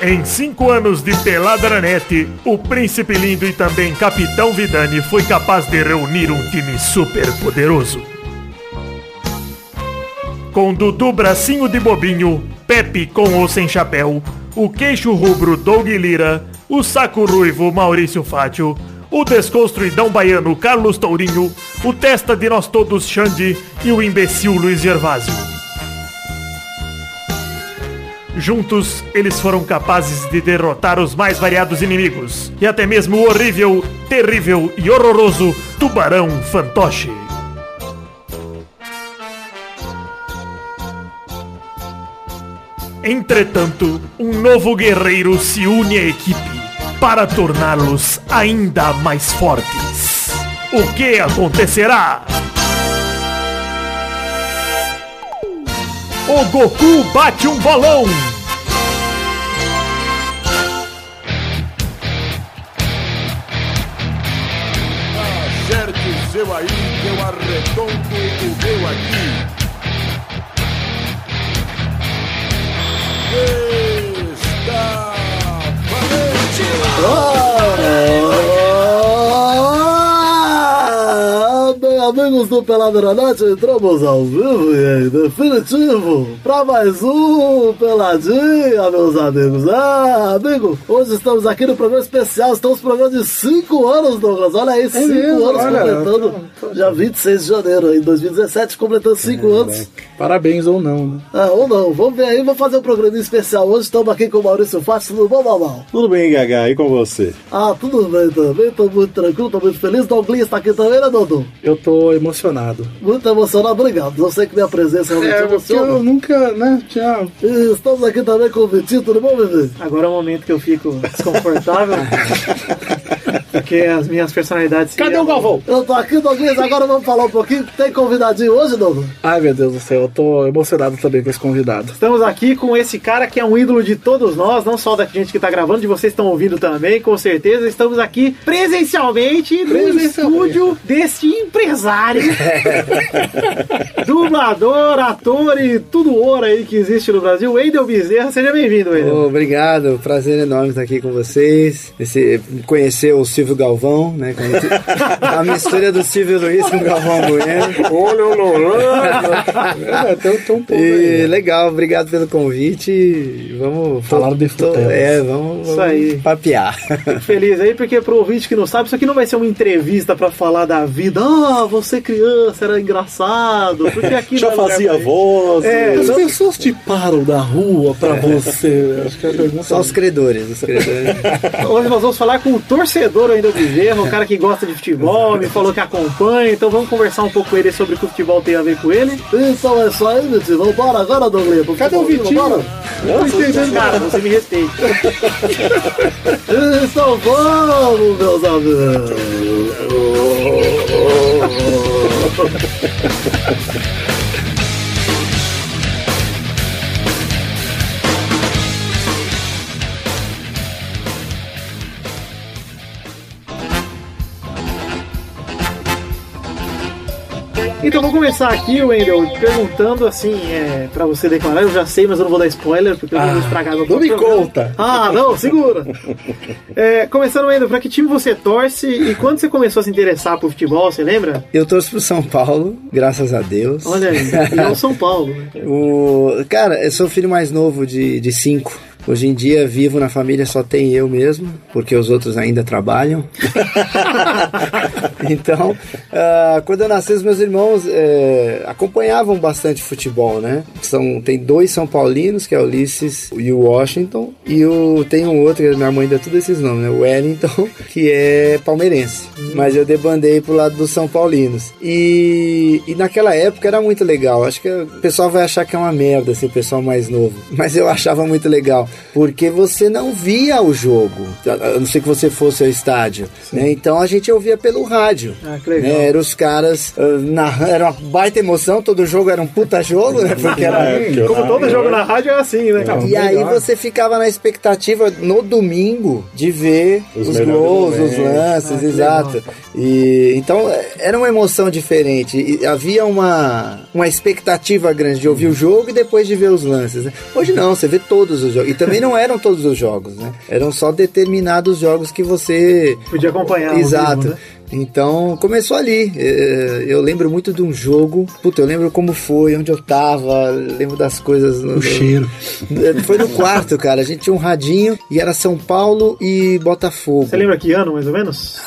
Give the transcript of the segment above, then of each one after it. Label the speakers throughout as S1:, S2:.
S1: Em cinco anos de pelada na net, o Príncipe Lindo e também Capitão Vidani foi capaz de reunir um time super poderoso. Com Dudu Bracinho de Bobinho, Pepe com ou sem chapéu, o Queixo Rubro Doug Lira, o Saco Ruivo Maurício Fátio, o Desconstruidão Baiano Carlos Tourinho, o Testa de Nós Todos Xande e o imbecil Luiz Gervásio. Juntos, eles foram capazes de derrotar os mais variados inimigos, e até mesmo o horrível, terrível e horroroso Tubarão Fantoche. Entretanto, um novo guerreiro se une à equipe para torná-los ainda mais fortes. O que acontecerá? O Goku bate um bolão.
S2: Acerte o seu aí, que eu arredonto o meu aqui. Está valente!
S3: Ah, bem, amigos do Peladronete, entramos ao vivo e em definitivo para mais um Peladinha, meus amigos. Ah, amigo, hoje estamos aqui no programa especial, estamos no programa de 5 anos, Douglas. Olha aí, 5
S4: É mesmo,
S3: anos
S4: olha,
S3: completando, dia 26 de janeiro, em 2017, completando 5 anos.
S4: É, né, Parabéns ou não, né?
S3: Ah, ou não, vamos ver aí, vamos fazer um programa especial hoje, estamos aqui com o Maurício Fácil, tudo bom, Mamal?
S5: Tudo bem, Gagá, e com você?
S3: Ah, tudo bem também, tô muito tranquilo, tô muito feliz, Douglas está aqui também, né, Dodô?
S4: Eu tô emocionado.
S3: Muito emocionado, obrigado. Eu sei que minha presença é
S4: É,
S3: realmente
S4: porque eu
S3: emociona.
S4: nunca, né, tinha...
S3: E um estamos aqui também com o Vitinho, tudo bom, Vivi?
S6: Agora é o momento que eu fico desconfortável. porque as minhas personalidades. se revelam.
S4: Galvão?
S3: Eu tô aqui, Douglas, agora vamos falar um pouquinho. Tem convidadinho hoje, Douglas?
S4: Ai, meu Deus do céu, eu tô emocionado também com esse convidado.
S6: Estamos aqui com esse cara que é um ídolo de todos nós, não só da gente que tá gravando, de vocês que estão ouvindo também, com certeza. Estamos aqui presencialmente no
S4: Presencialmente.
S6: estúdio deste empresário, dublador, ator e tudo ouro aí que existe no Brasil, Wendel Bezerra. Seja bem-vindo, Wendel.
S7: Ô, obrigado, prazer enorme estar aqui com vocês. Esse, conhecer o Silvio Galvão, né? Conheci- a mistura do Silvio Luiz com o Galvão Bueno.
S4: É, tem, tem um pouco
S7: E
S4: aí.
S7: legal, obrigado pelo convite. e Vamos
S4: Falar de
S7: tô-
S4: futebol.
S7: É, vamos,
S6: Isso
S7: vamos
S6: aí.
S7: papear.
S6: feliz aí, porque pro ouvinte que não sabe, isso aqui não vai ser uma entrevista pra falar da vida. Ah, você criança era engraçado. Porque aqui
S5: Já
S6: não é lugar
S5: fazia
S6: pra isso.
S5: voz.
S6: É,
S4: As
S6: não-
S4: pessoas te param da rua pra você. Acho que é a pergunta...
S7: É. Só os credores, os credores.
S6: Então, hoje nós vamos falar com o torcedor ainda do Bezerra, um cara que gosta de futebol, me falou que acompanha, então vamos conversar um pouco com ele sobre o que o futebol tem a ver com ele.
S3: Então é isso aí, Vitinho. Vambora agora, Douglas. Pro
S4: Cadê o
S3: futebolzinho,
S4: Vitinho?
S3: vambora?
S4: Não tô entendendo nada.
S6: Cara, você me respeita.
S3: Então vamos, meus amigos.
S6: Então vou começar aqui, Wendel, perguntando assim, é, pra você declarar, eu já sei, mas eu não vou dar spoiler, porque eu não vou estragar meu
S4: não me
S6: programa.
S4: conta.
S6: Ah, não, segura! É, começando, Wendel, pra que time você torce e quando você começou a se interessar por futebol, você lembra?
S7: Eu torço pro São Paulo, graças a Deus.
S6: Olha aí, e é o São Paulo.
S7: O, cara, eu sou filho mais novo de, de cinco. Hoje em dia, vivo na família só tem eu mesmo, porque os outros ainda trabalham. então, ah, quando eu nasci, os meus irmãos eh, acompanhavam bastante futebol, né? São, tem dois São Paulinos, que é o Ulisses e o Washington, e o, tem um outro, que minha mãe dá todos esses nomes, né? O Wellington, que é palmeirense. Mas eu debandei pro lado dos São Paulinos. E, e naquela época era muito legal. Acho que o pessoal vai achar que é uma merda, assim, o pessoal mais novo. Mas eu achava muito legal, porque você não via o jogo, a a não ser que você fosse ao estádio. né? Então a gente ouvia pelo rádio.
S6: Ah, que legal.
S7: Né? Era os caras ah, narra- era uma baita emoção, todo jogo era um puta jogo, né? Porque era.
S5: É, que eu-
S6: Como todo jogo na rádio é assim, né?
S7: E aí você ficava na expectativa no domingo de ver
S5: Os
S7: os,
S5: melhores
S7: gols,
S5: momentos.
S7: os lances,
S6: Ah,
S7: exato. E então é, era uma emoção diferente. E havia uma, uma expectativa grande de ouvir o jogo e depois de ver os lances. né? Hoje não, você vê todos os jogos. E também não eram todos os jogos, né? Eram só determinados jogos que você
S6: Podia acompanhar. ao
S7: Exato.
S6: vivo, né?
S7: Então começou ali. É, Eu lembro muito de um jogo. Puta, eu lembro como foi, onde eu tava, lembro das coisas.
S4: O cheiro.
S7: Foi no quarto, cara. A gente tinha um radinho e era São Paulo e Botafogo.
S6: Você lembra que ano, mais ou menos?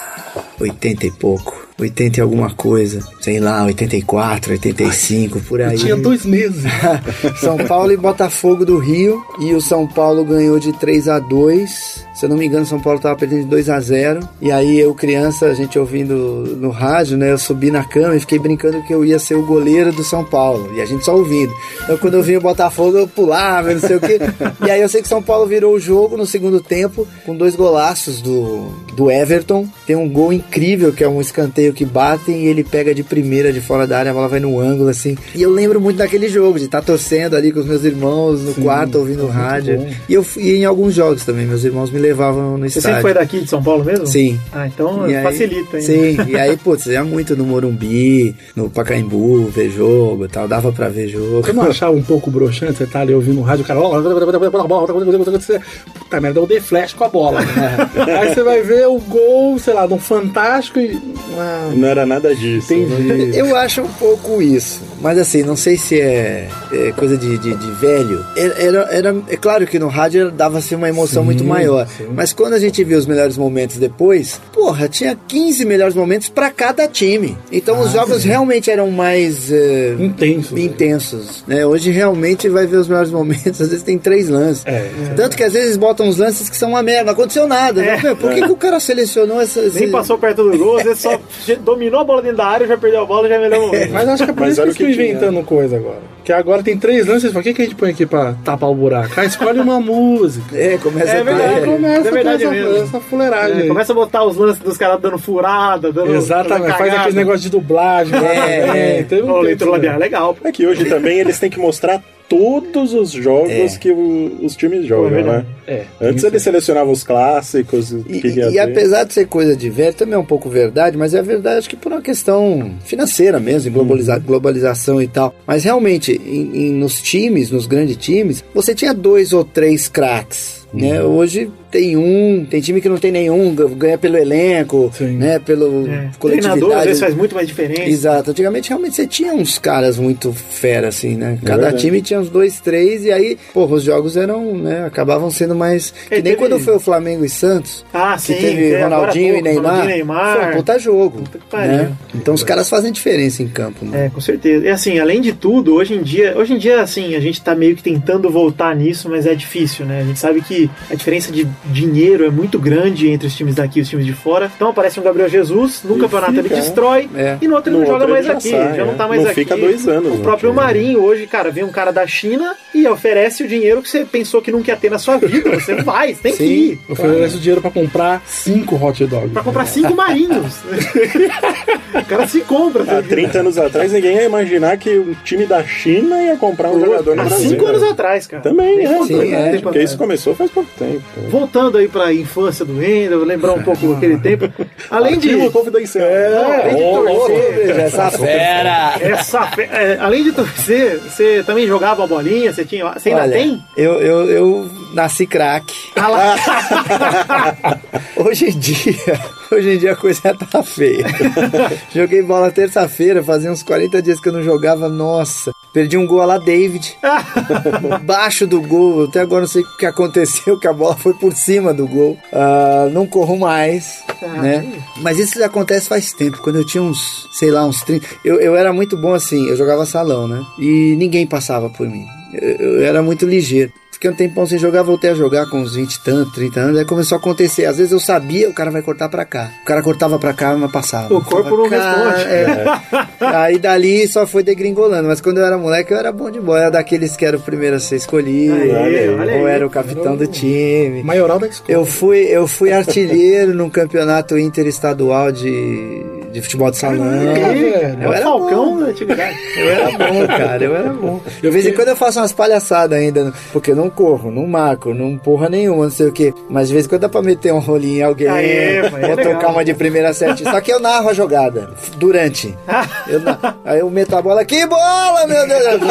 S7: 80 e pouco. 80 e alguma coisa. Sei lá, 84, 85, por aí.
S4: Tinha dois meses.
S7: São Paulo e Botafogo do Rio. E o São Paulo ganhou de 3 a 2 Se eu não me engano, São Paulo tava perdendo de 2 a 0 E aí eu, criança, a gente ouvindo no rádio, né? Eu subi na cama e fiquei brincando que eu ia ser o goleiro do São Paulo. E a gente só ouvindo. Então quando eu vi o Botafogo, eu pulava, não sei o quê. E aí eu sei que São Paulo virou o jogo no segundo tempo, com dois golaços do, do Everton. Tem um gol incrível, que é um escanteio que batem e ele pega de primeira de fora da área, a bola vai no ângulo, assim. E eu lembro muito daquele jogo, de estar torcendo ali com os meus irmãos no quarto, ouvindo rádio. E eu fui em alguns jogos também, meus irmãos me levavam no
S6: Você
S7: estádio.
S6: sempre foi daqui de São Paulo mesmo?
S7: Sim.
S6: Ah, então
S7: E aí-
S6: facilita, hein?
S7: Sim, e aí, putz, ia muito no Morumbi, no Pacaembu, ver jogo e tal, dava pra ver jogo.
S4: Você não achava um pouco broxante? Você tá ali ouvindo o rádio, o cara. ó, você- Puta merda, eu dei flash com a bola. né? Aí você vai ver o gol, sei lá, de um fantástico e. Ah,
S5: Não era nada disso.
S4: entendi.
S7: Eu acho um pouco isso, mas assim, não sei se é, é coisa de, de- de velho. Era, era- era- é claro que no rádio dava-se uma emoção muito maior, mas quando a gente viu os melhores momentos depois, porra, tinha 15 melhores momentos pra cada time. Então
S5: Ah,
S7: os jogos realmente eram mais é,
S4: Intenso.
S7: intensos. né? Hoje realmente vai ver os melhores momentos, às vezes tem três lances.
S4: É.
S7: Tanto que às vezes botam uns lances que são uma merda, não aconteceu nada.
S5: É.
S7: né? Meu, Por que, que o cara selecionou essas.
S6: Nem passou perto do gol, às vezes só dominou a bola dentro da área, já perdeu a bola, já é melhor momento.
S4: Mas acho que é por
S5: Mas
S4: isso que
S5: olha
S4: eles
S5: o que
S4: estão
S5: tinha.
S4: inventando coisa agora. Que agora tem três lances, fala, o que, que a gente põe aqui pra tapar o buraco? Ah, escolhe uma música.
S7: É, começa
S6: É
S7: a-
S6: verdade,
S4: Aí começa
S6: é verdade
S4: com essa,
S6: mesmo.
S4: essa fuleiragem.
S6: É,
S4: aí.
S6: começa a botar os lances dos caras dando furada, dando.
S4: Exatamente,
S6: dando
S4: faz
S6: cagada.
S4: aquele negócio de dublagem.
S5: Ah,
S7: É,
S4: teve
S6: Ô, leitor
S4: tempo, né?
S6: labial, legal. pô.
S5: É que hoje também eles têm que mostrar todos os jogos que o- os times jogam,
S6: verdade.
S5: né?
S4: É.
S5: Antes eles selecionavam os clássicos, o
S7: E,
S5: que
S7: e-
S5: ia
S7: e
S5: ter.
S7: apesar de ser coisa de velho, também é um pouco verdade, mas é verdade acho que por uma questão financeira mesmo,
S4: Uhum.
S7: e globaliza- globalização e tal. Mas realmente, em- em- nos times, nos grandes times, você tinha dois ou três craques.
S4: Uhum.
S7: Né? Hoje tem um, tem time que não tem nenhum, gan- ganha pelo elenco,
S4: Sim.
S7: né? Pelo
S6: É. Treinador às
S7: coletividade.
S6: vezes faz muito mais diferença.
S7: Exato, antigamente realmente você tinha uns caras muito fera, assim, né?
S6: É
S7: Cada
S5: verdade.
S7: time tinha uns dois, três, e aí, porra, os jogos eram, né? Acabavam sendo mais. Que
S6: É,
S7: nem
S6: teve-
S7: quando foi o Flamengo e Santos,
S6: Ah,
S7: que
S6: sim.
S7: teve
S6: é, agora
S7: Ronaldinho
S6: há
S7: e
S6: pouco,
S7: Neymar.
S6: Ronaldinho e Neymar.
S7: Foi um puta jogo.
S6: Puta que pariu.
S7: né? Então os caras fazem diferença em campo, né?
S6: É, com certeza. E assim, além de tudo, hoje em dia, hoje em dia, assim, a gente tá meio que tentando voltar nisso, mas é difícil, né? A gente sabe que a diferença de dinheiro é muito grande entre os times daqui e os times de fora. Então aparece um Gabriel Jesus, no
S5: E
S6: campeonato ele
S5: fica, né?
S6: destrói,
S7: É.
S6: e no outro ele não
S5: No
S6: joga
S5: outro
S6: mais
S5: ele já
S6: aqui,
S5: sai,
S6: já não
S5: é.
S6: tá mais
S5: Não
S6: aqui.
S5: fica dois anos
S6: O
S5: no
S6: próprio
S5: time, né?
S6: Marinho hoje, cara, vem um cara da China e oferece o dinheiro que você pensou que nunca ia ter na sua vida. Você vai, você tem que
S7: Sim.
S6: ir.
S4: Oferece o dinheiro pra comprar cinco hot dogs.
S6: Pra comprar cinco marinhos. o cara se compra.
S5: Há 30 anos atrás ninguém ia imaginar que um time da China ia comprar um jogador no
S6: Há
S5: Brasil.
S6: cinco anos atrás, cara. né?
S5: Também, é.
S7: Sim,
S5: verdade,
S7: é.
S6: Tempo
S5: Porque
S6: atrás.
S5: isso começou faz pouco tempo. né?
S6: Voltando aí pra infância do Wendel, lembrar um pouco
S7: Ah.
S6: daquele tempo. Além de. É,
S5: Arquivo confidencial.
S6: além de torcer,
S7: Essa fera!
S6: essa fe- é, além de torcer, você também jogava bolinha, você tinha. Você ainda
S7: Olha,
S6: tem?
S7: Eu, eu, eu nasci craque.
S6: Ah lá,
S7: Hoje em dia, hoje em dia a coisa já tá feia. Joguei bola terça-feira, fazia uns 40 dias que eu não jogava, nossa. Perdi um gol lá, David. Baixo do gol, até agora não sei o que aconteceu, que a bola foi por cima do gol. Ah, não corro mais, né? Mas isso já acontece faz tempo, quando eu tinha uns, sei lá, uns 30. Eu, eu era muito bom assim, eu jogava salão, né? E ninguém passava por mim. Eu, eu era muito ligeiro. Fiquei um tempão sem jogar, voltei a jogar com uns 20 e tanto, 30 anos, aí começou a acontecer. Às vezes eu sabia, o cara vai cortar pra cá. O cara cortava pra cá, mas passava.
S6: O corpo
S7: Eu
S6: não
S7: falava,
S6: responde.
S7: é. Aí dali só foi degringolando, mas quando eu era moleque eu era bom de bola, eu era daqueles que era o primeiro a ser escolhido,
S6: Aí,
S7: ou
S6: olha aí.
S7: era o capitão do time.
S4: Maioral da escola.
S7: Eu fui, eu fui artilheiro num campeonato interestadual de, de futebol de salão.
S4: Caraca, velho.
S6: é o
S7: Ah, era
S6: Falcão da antiguidade.
S7: Eu era bom, cara, eu era bom. De vez em quando eu faço umas palhaçadas ainda, porque eu não corro, não marco, não porra nenhuma, não sei o quê. Mas de vez em quando dá pra meter um rolinho em alguém,
S6: Aê, pô, é
S7: ou
S6: legal.
S7: tocar uma de primeira sete. Só que eu narro a jogada, durante. Eu na- Aí eu meto a bola, que bola, meu Deus!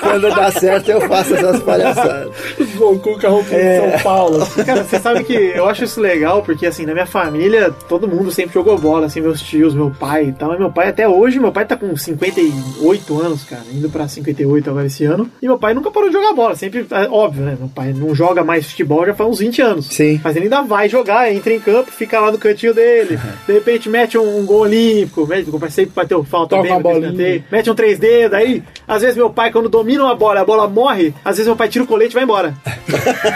S7: Quando dá certo, eu faço essas palhaçadas.
S4: Goku com a roupa
S7: É.
S4: de São Paulo.
S6: Cara, você sabe que eu acho isso legal, porque assim, na minha família, todo mundo sempre jogou bola, assim, meus tios, meu pai e tal. E meu pai até hoje, meu pai tá com 58 anos, cara, indo pra 58 agora esse ano. E meu pai nunca parou de jogar bola, sempre, é óbvio, né? Meu pai não joga mais futebol já faz uns 20 anos.
S7: Sim.
S6: Mas ele ainda vai jogar, entra em campo, fica lá no cantinho dele. De repente mete um, um gol olímpico, mete, sempre bateu falta
S4: Toca
S6: bem,
S4: uma
S6: bateu
S4: bolinha.
S6: escanteio. mete um três dedos. Aí, às vezes meu pai, quando domina uma bola, a bola morre, às vezes meu pai tira o colete e vai embora.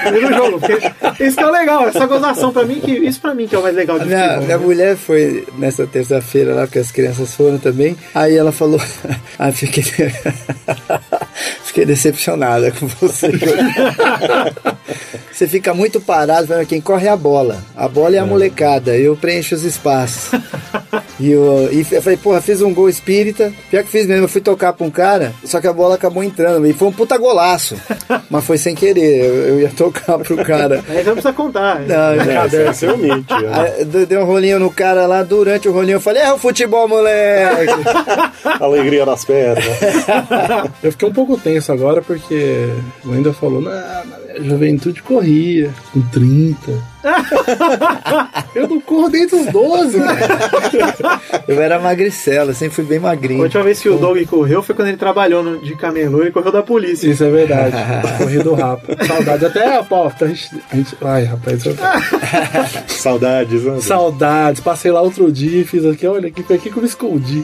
S6: Primeiro jogo. Porque Isso que é o legal, essa gozação pra mim, que isso pra mim que é o mais legal
S7: A
S6: de
S7: minha,
S6: futebol,
S7: minha
S6: né?
S7: mulher foi nessa terça-feira lá, porque as crianças foram também. Aí ela falou: ah, fiquei, fiquei decepcionada com você. você fica muito parado, vai, quem corre é a bola. A bola é a molecada, eu preencho os espaços. E eu, e eu falei, porra, fiz um gol espírita. Pior que fiz mesmo, eu fui tocar pra um cara, só que a bola acabou entrando. E foi um puta golaço. Mas foi sem querer, eu, eu ia tocar pro cara.
S6: Aí você não precisa contar.
S7: Não, é, não.
S5: Deve ser o Mitch. né?
S7: Aí, de- Dei um rolinho no cara lá, durante o rolinho eu falei, é o futebol, moleque!
S5: Alegria nas pernas.
S4: Eu fiquei um pouco tenso agora porque o Wendel falou, na na juventude corria com 30. eu não corro desde os 12, cara.
S7: eu era magricela, sempre fui bem
S6: A
S7: magrinho.
S6: última vez que o Doug correu foi quando ele trabalhou no- de camelô e correu da polícia.
S4: Isso é verdade. Corrido rápido. Saudade até, pô, tá a gente, a gente- ai, rapaz, isso é-
S5: Saudades, né?
S4: saudades. Passei lá outro dia e fiz aqui, olha, aqui, aqui que eu me escondi.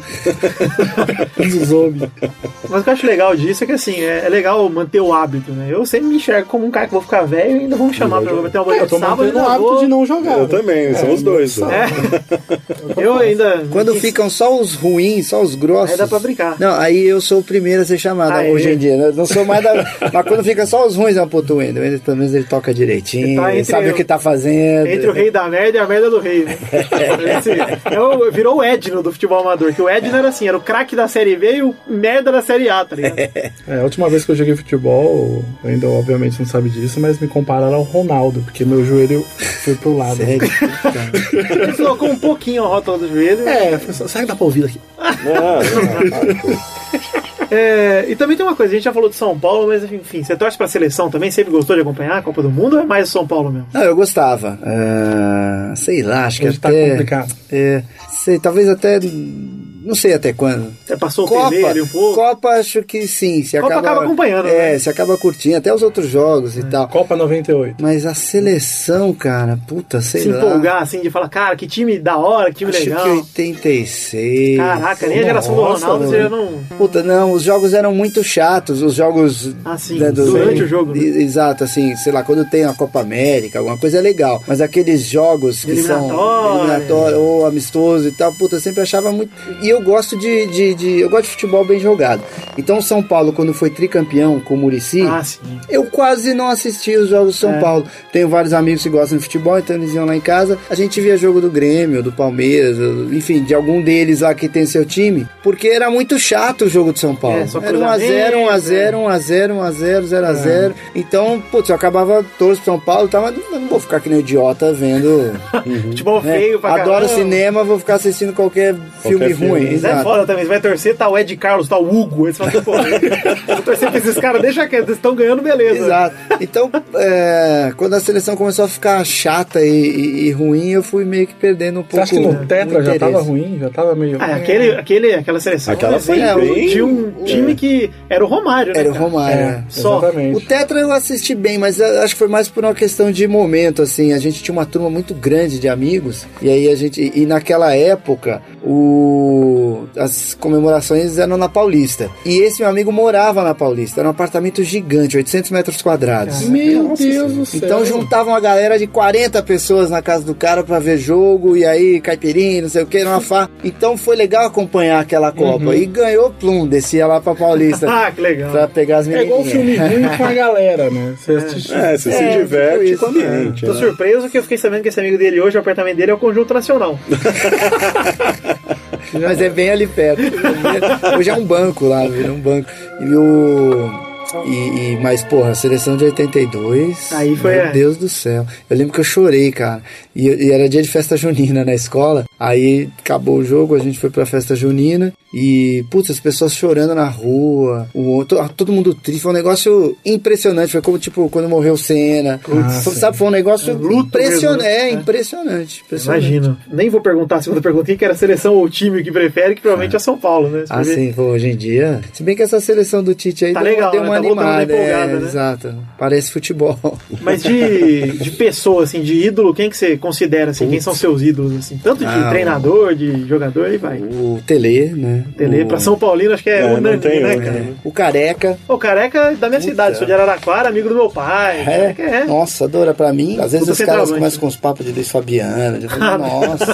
S4: Dos homens.
S6: Mas o que eu acho legal disso é que assim, é, é legal manter o hábito, né? Eu sempre me enxergo como um cara que vou ficar velho e ainda vão me chamar pra bater uma bola
S4: Eu
S6: de
S4: tô
S6: sábado.
S4: mantendo o
S6: ainda
S4: hábito
S6: vou.
S4: de não jogar. né?
S5: Eu também, são os dois. né?
S6: É. Eu ainda.
S7: Quando
S6: me-
S7: ficam só os ruins, só os grossos.
S6: Aí dá pra brincar.
S7: Não, aí eu sou o primeiro a ser chamado
S6: Aí.
S7: hoje em dia. né? Não sou mais da. Mas quando fica só os ruins, é um puto Wendel. Ele, pelo menos ele toca direitinho,
S6: Ele tá
S7: ele
S6: entre
S7: sabe
S6: eu-
S7: o que tá fazendo.
S6: Entre o rei da merda e a merda do rei. né? Esse- é o- virou o Edno do futebol amador, que o Edno era assim, era o craque da série B e o merda da série A, tá ligado?
S4: É, a última vez que eu joguei futebol, o Wendel obviamente não sabe disso, mas me compararam ao Ronaldo, porque meu joelho foi pro lado.
S7: Sério?
S6: Ele deslocou um pouquinho a rótula do joelho.
S4: É, foi só- será que dá pra ouvir aqui?
S6: É, e também tem uma coisa, a gente já falou de São Paulo, mas enfim, você torce pra seleção também? Sempre gostou de acompanhar a Copa do Mundo ou é mais o São Paulo mesmo?
S7: Não, eu gostava. Ah, sei lá, acho que
S4: Hoje tá
S7: até.
S4: complicado.
S7: É, sei, talvez até. Não sei até quando.
S6: Você passou o
S7: Copa,
S6: Pelé ali um pouco?
S7: Copa acho que sim. Se
S6: Copa
S7: acaba,
S6: acaba acompanhando,
S7: É,
S6: né? É.
S7: se acaba curtindo, até os outros jogos e tal.
S4: Copa 98.
S7: Mas a seleção, cara, puta, sei
S6: Se
S7: lá.
S6: empolgar assim, de falar, cara, que time da hora, que time
S7: Acho
S6: legal.
S7: que 86.
S6: Caraca, nem a geração do
S7: Nossa,
S6: Ronaldo você já
S7: mano.
S6: não.
S7: Puta, não, os jogos eram muito chatos, os jogos...
S6: Ah, sim, durante o jogo, né?
S7: E- Exato, assim, sei lá, quando tem a Copa América, alguma coisa é legal, mas aqueles jogos que
S6: Eliminatória.
S7: são eliminatório ou amistoso e tal, puta, eu sempre achava muito... E eu gosto de, de, de- Eu gosto de futebol bem jogado. Então, São Paulo, quando foi tricampeão com o Murici,
S6: Ah, sim.
S7: eu quase não assisti os jogos do São
S6: É.
S7: Paulo. Tenho vários amigos que gostam de futebol, então eles iam lá em casa. A gente via jogo do Grêmio, do Palmeiras, enfim, de algum deles lá que tem seu time, porque era muito chato o jogo do São Paulo.
S6: É, só é.
S7: era 1x0, 1x0, 1x0, 1x0, 0x0. Então, putz, eu acabava torcendo pro São Paulo, e tal, mas não, não vou ficar que nem idiota vendo.
S6: Futebol
S7: né?
S6: feio pra
S7: Adoro
S6: caramba.
S7: cinema, vou ficar assistindo qualquer, filme
S5: filme,
S7: ruim.
S5: né?
S6: Isso é
S7: exato.
S6: foda também, você vai torcer, tá o Ed Carlos, tá o Hugo, aí você fala, pô, eu vou torcer pra esses caras, deixa quieto, eles estão ganhando, beleza.
S7: Exato. Então, é, quando a seleção começou a ficar chata e, e- e ruim, eu fui meio que perdendo um pouco.
S4: Você acha que
S7: o
S4: no Tetra já
S7: interesse.
S4: tava ruim? Já tava meio.
S6: Ah, aquele, aquele, aquela seleção.
S5: Aquela
S6: né,
S5: foi
S6: assim,
S5: bem-
S6: Tinha um time que era o Romário, né?
S7: É. Era o
S6: cara?
S7: Romário.
S4: É,
S7: né?
S6: só.
S7: O
S4: exatamente.
S7: Tetra eu assisti bem, mas eu acho que foi mais por uma questão de momento, assim. A gente tinha uma turma muito grande de amigos, e aí a gente. E naquela época, o, as comemorações eram na Paulista. E esse meu amigo morava na Paulista, era um apartamento gigante, 800 metros quadrados.
S4: Meu Deus do céu.
S7: Então juntavam uma galera de 40 pessoas na casa do cara pra ver jogo, e aí caipirinha, não sei o que, numa farra. Então foi legal acompanhar aquela Copa. E ganhou, plum, descia lá pra Paulista
S6: Ah, que legal.
S7: pra pegar as
S4: É igual um
S7: menininhas.
S4: filme ruim com a galera, né? Você assiste.
S5: É, você
S7: É,
S5: se diverte
S7: tipo isso,
S5: com o ambiente.
S6: Tô
S5: né?
S6: surpreso que eu fiquei sabendo que esse amigo dele hoje, o apartamento dele é o Conjunto Nacional.
S7: Mas é bem ali perto. Hoje é um banco lá, virou um banco. E o... E, e- mas, porra, a seleção de 82.
S6: Aí foi,
S7: Meu
S6: é.
S7: Deus do céu. Eu lembro que eu chorei, cara. E, e era dia de festa junina na escola. Aí acabou o jogo, a gente foi pra festa junina. E, putz, as pessoas chorando na rua, o outro, ah, todo mundo triste. Foi um negócio impressionante. Foi como, tipo, quando morreu Senna. Foi-
S4: sim.
S7: sabe, foi um negócio
S6: luto É mesmo,
S7: impressionante.
S6: né?
S7: É,
S6: É.
S7: impressionante. impressionante.
S6: Imagino. Nem vou perguntar a segunda pergunta, quem que era a seleção ou o time que prefere, que provavelmente é, São Paulo, né? Você
S7: Ah,
S6: vê.
S7: sim, pô, hoje em dia. Se bem que essa seleção do Tite aí
S6: Tá
S7: deu,
S6: legal,
S7: deu
S6: né?
S7: uma
S6: Tá voltando
S7: animada.
S6: empolgada,
S7: é,
S6: né?
S7: Exato. Parece futebol.
S6: Mas de, de pessoa, assim, de ídolo, quem que você considera, assim, quem são seus ídolos, assim? Tanto de
S7: Ah,
S6: treinador, de jogador, aí vai.
S7: O Tele, né?
S6: Tele,
S7: o...
S6: pra São Paulino, acho que é,
S5: É, não
S6: unânime,
S5: tem
S6: né,
S5: outro,
S6: cara?
S5: né?
S7: O Careca.
S6: Ô, careca é da minha cidade, sou de Araraquara, amigo do meu pai.
S7: É,
S6: Careca é.
S7: Nossa, Dora, pra mim, às vezes
S6: Puta
S7: os caras
S6: centroavante.
S7: começam com os papos de Luiz Fabiano. Eu falo, nossa.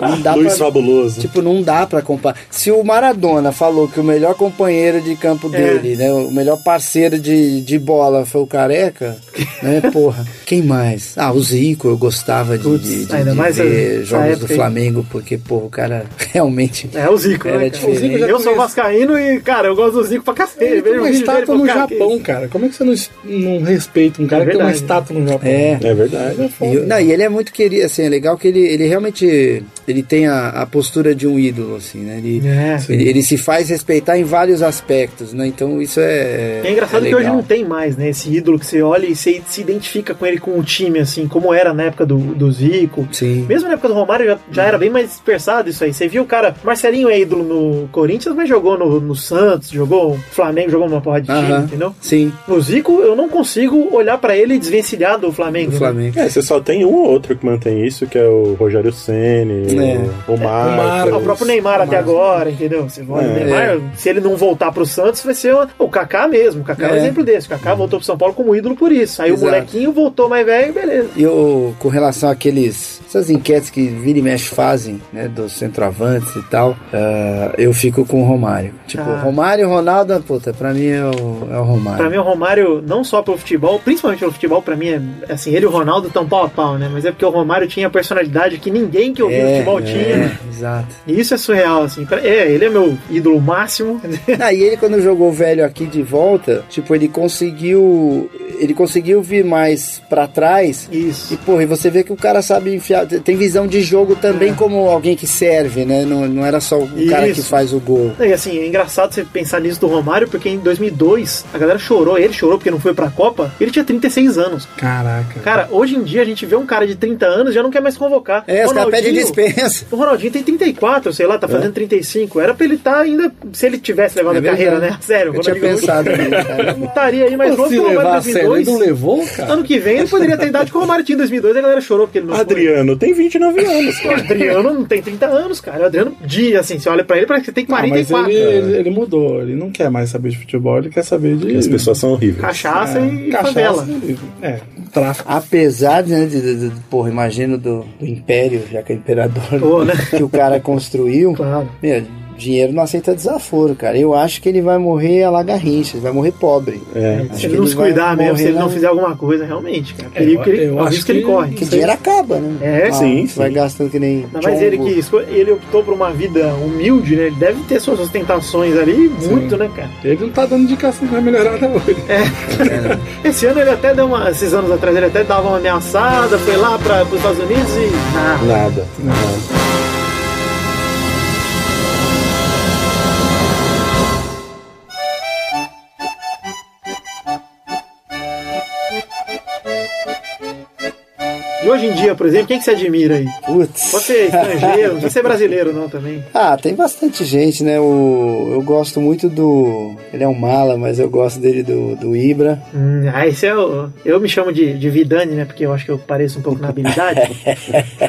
S7: não dá
S5: Luiz
S7: pra-
S5: Fabuloso.
S7: Tipo, não dá pra comparar. Se o Maradona falou que o melhor companheiro de campo
S6: É.
S7: dele, né, o melhor parceiro de, de bola foi o Careca, né, porra. Quem mais? Ah, o Zico, eu gostava de, de, de-
S6: ainda
S7: de
S6: mais
S7: ver
S6: essa-
S7: jogos do
S6: essa época aí.
S7: Flamengo, porque, porra, o cara realmente...
S6: É o Zico,
S7: Era
S6: né? Cara? O
S7: diferente.
S6: Zico já eu sou
S4: conheço.
S6: vascaíno e, cara, eu gosto do Zico pra cacete.
S4: Ele tem
S6: Vejo
S4: uma
S6: o vídeo dele,
S4: estátua
S6: pô,
S4: no
S6: cara, que
S4: Japão,
S6: isso?
S4: cara. Como é que você não, es- não respeita um cara
S6: É
S4: que tem uma
S6: verdade.
S4: estátua no Japão?
S7: É,
S5: É verdade.
S7: E, eu- não, e ele é muito querido, assim, é legal que ele, ele realmente ele tem a, a postura de um ídolo, assim, né? Ele,
S6: É.
S7: ele, ele se faz respeitar em vários aspectos, né? Então isso é.
S6: É engraçado
S7: é
S6: que hoje
S7: legal.
S6: não tem mais, né? Esse ídolo que você olha e você se identifica com ele, com o time, assim, como era na época do, do Zico.
S7: Sim.
S6: Mesmo na época do Romário já, já era bem mais dispersado isso aí. Você viu o cara, Marcelinho é ídolo no Corinthians, mas jogou no, no Santos, jogou no Flamengo, jogou numa porra de time,
S7: Aham.
S6: entendeu?
S7: Sim,
S6: No Zico, eu não consigo olhar pra ele e desvencilhar do Flamengo.
S7: do
S6: né?
S7: Flamengo.
S5: É, você só tem um ou outro que mantém isso, que é o Rogério Ceni,
S7: É.
S5: o Marcos.
S6: Ah, o próprio Neymar até agora, entendeu? Você olha o
S5: É.
S6: Neymar, se ele não voltar pro Santos, vai ser uma- o Kaká mesmo. O Kaká é, um
S7: É.
S6: exemplo desse. O Kaká voltou pro São Paulo como ídolo por isso. Aí
S7: Exato.
S6: o molequinho voltou mais velho, beleza.
S7: E eu, com relação àqueles. essas enquetes que vira e mexe fazem, né? Dos centroavantes e tal, ah, eu fico com o Romário. Tipo,
S6: Ah.
S7: Romário, Ronaldo, puta, pra mim é o, é o Romário.
S6: Pra mim, o Romário, não só pelo futebol, principalmente pelo futebol, pra mim, é assim, ele e o Ronaldo estão pau a pau, né? Mas é porque o Romário tinha a personalidade que ninguém que ouvia
S7: É,
S6: futebol tinha.
S7: é, exato.
S6: E isso é surreal, assim. Pra- É, ele é meu ídolo máximo.
S7: Ah, e ele quando jogou o velho aqui de volta, tipo, ele conseguiu. Ele conseguiu vir mais pra trás.
S6: Isso.
S7: E, porra, e você vê que o cara sabe enfiar. te- Tem visão de jogo também como alguém que serve, né? Não, não era só o cara que
S6: É. Isso.
S7: faz o gol.
S6: Não, E assim, é engraçado você pensar nisso do Romário, porque em 2002 a galera chorou, ele chorou porque não foi pra Copa, ele tinha 36 anos.
S4: Caraca.
S6: Cara, hoje em dia a gente vê um cara de 30 anos e já não quer mais convocar.
S7: É, os caras pedem
S6: Ronaldinho-
S7: dispensa.
S6: O Ronaldinho tem 34, sei lá, tá fazendo 35. Era pra ele estar ainda, se ele tivesse levado
S7: É
S6: a carreira, né?
S7: verdade.
S6: Sério,
S7: Eu
S6: o
S7: tinha
S6: Ronaldinho
S7: pensado nisso, cara.
S6: não estaria aí mais
S4: Pô,
S6: longe
S4: se
S6: que o Romário
S4: levar a
S6: em
S4: sério, ele não
S6: 2002.
S4: levou, cara?
S6: Ano que vem ele poderia ter a idade que o Romário tinha em 2002, a galera chorou porque ele não foi.
S5: Adriano tem 29 anos,
S6: O
S5: cara.
S6: Adriano não tem 30 anos, cara. O Adriano, dia, assim, você olha pra ele, parece que tem
S4: Ah, mas
S6: 44.
S4: ele, ele, ele mudou, ele não quer mais saber de futebol, ele quer saber de.
S5: As pessoas são horríveis.
S6: Cachaça e
S4: cachaça.
S6: favela.
S4: e- É, tráfico.
S7: Apesar né, de, de, de- porra, imagino do, do império, já que é imperador,
S6: Pô, né?
S7: que o cara construiu.
S6: Claro.
S7: Meu, dinheiro não aceita desaforo, cara. Eu acho que ele vai morrer a la Garrincha, ele vai morrer pobre.
S5: É.
S7: Acho
S6: Se
S7: que
S6: ele não se
S7: vai
S6: cuidar
S7: morrer
S6: mesmo,
S7: né?
S6: se ele
S7: lá-
S6: não fizer alguma coisa, realmente, cara.
S4: É,
S6: Perigo
S4: eu-
S6: que ele,
S4: eu
S6: o
S4: acho
S6: risco que ele
S4: que-
S6: corre.
S7: Que dinheiro acaba, né?
S6: É,
S7: Ah,
S5: sim,
S7: Vai
S5: sim.
S7: gastando que nem.
S6: Ainda mais
S7: John
S6: ele
S7: Woo.
S6: que esco- ele optou por uma vida humilde, né? Ele deve ter suas ostentações ali, muito, né, cara?
S4: Ele não tá dando indicação que vai melhorar até hoje.
S6: É. Esse ano ele até deu uma. Esses anos atrás ele até dava uma ameaçada, foi lá para os Estados Unidos e. Ah,
S5: Nada. nada.
S6: E hoje em dia, por exemplo, quem que você admira aí?
S7: Putz.
S6: Pode ser estrangeiro, não precisa ser brasileiro, não, também.
S7: Ah, tem bastante gente, né? O, eu gosto muito do. Ele é um mala, mas eu gosto dele do, do Ibra.
S6: Hum, ah, esse é o. Eu me chamo de, de Vidani, né? Porque eu acho que eu pareço um pouco na habilidade.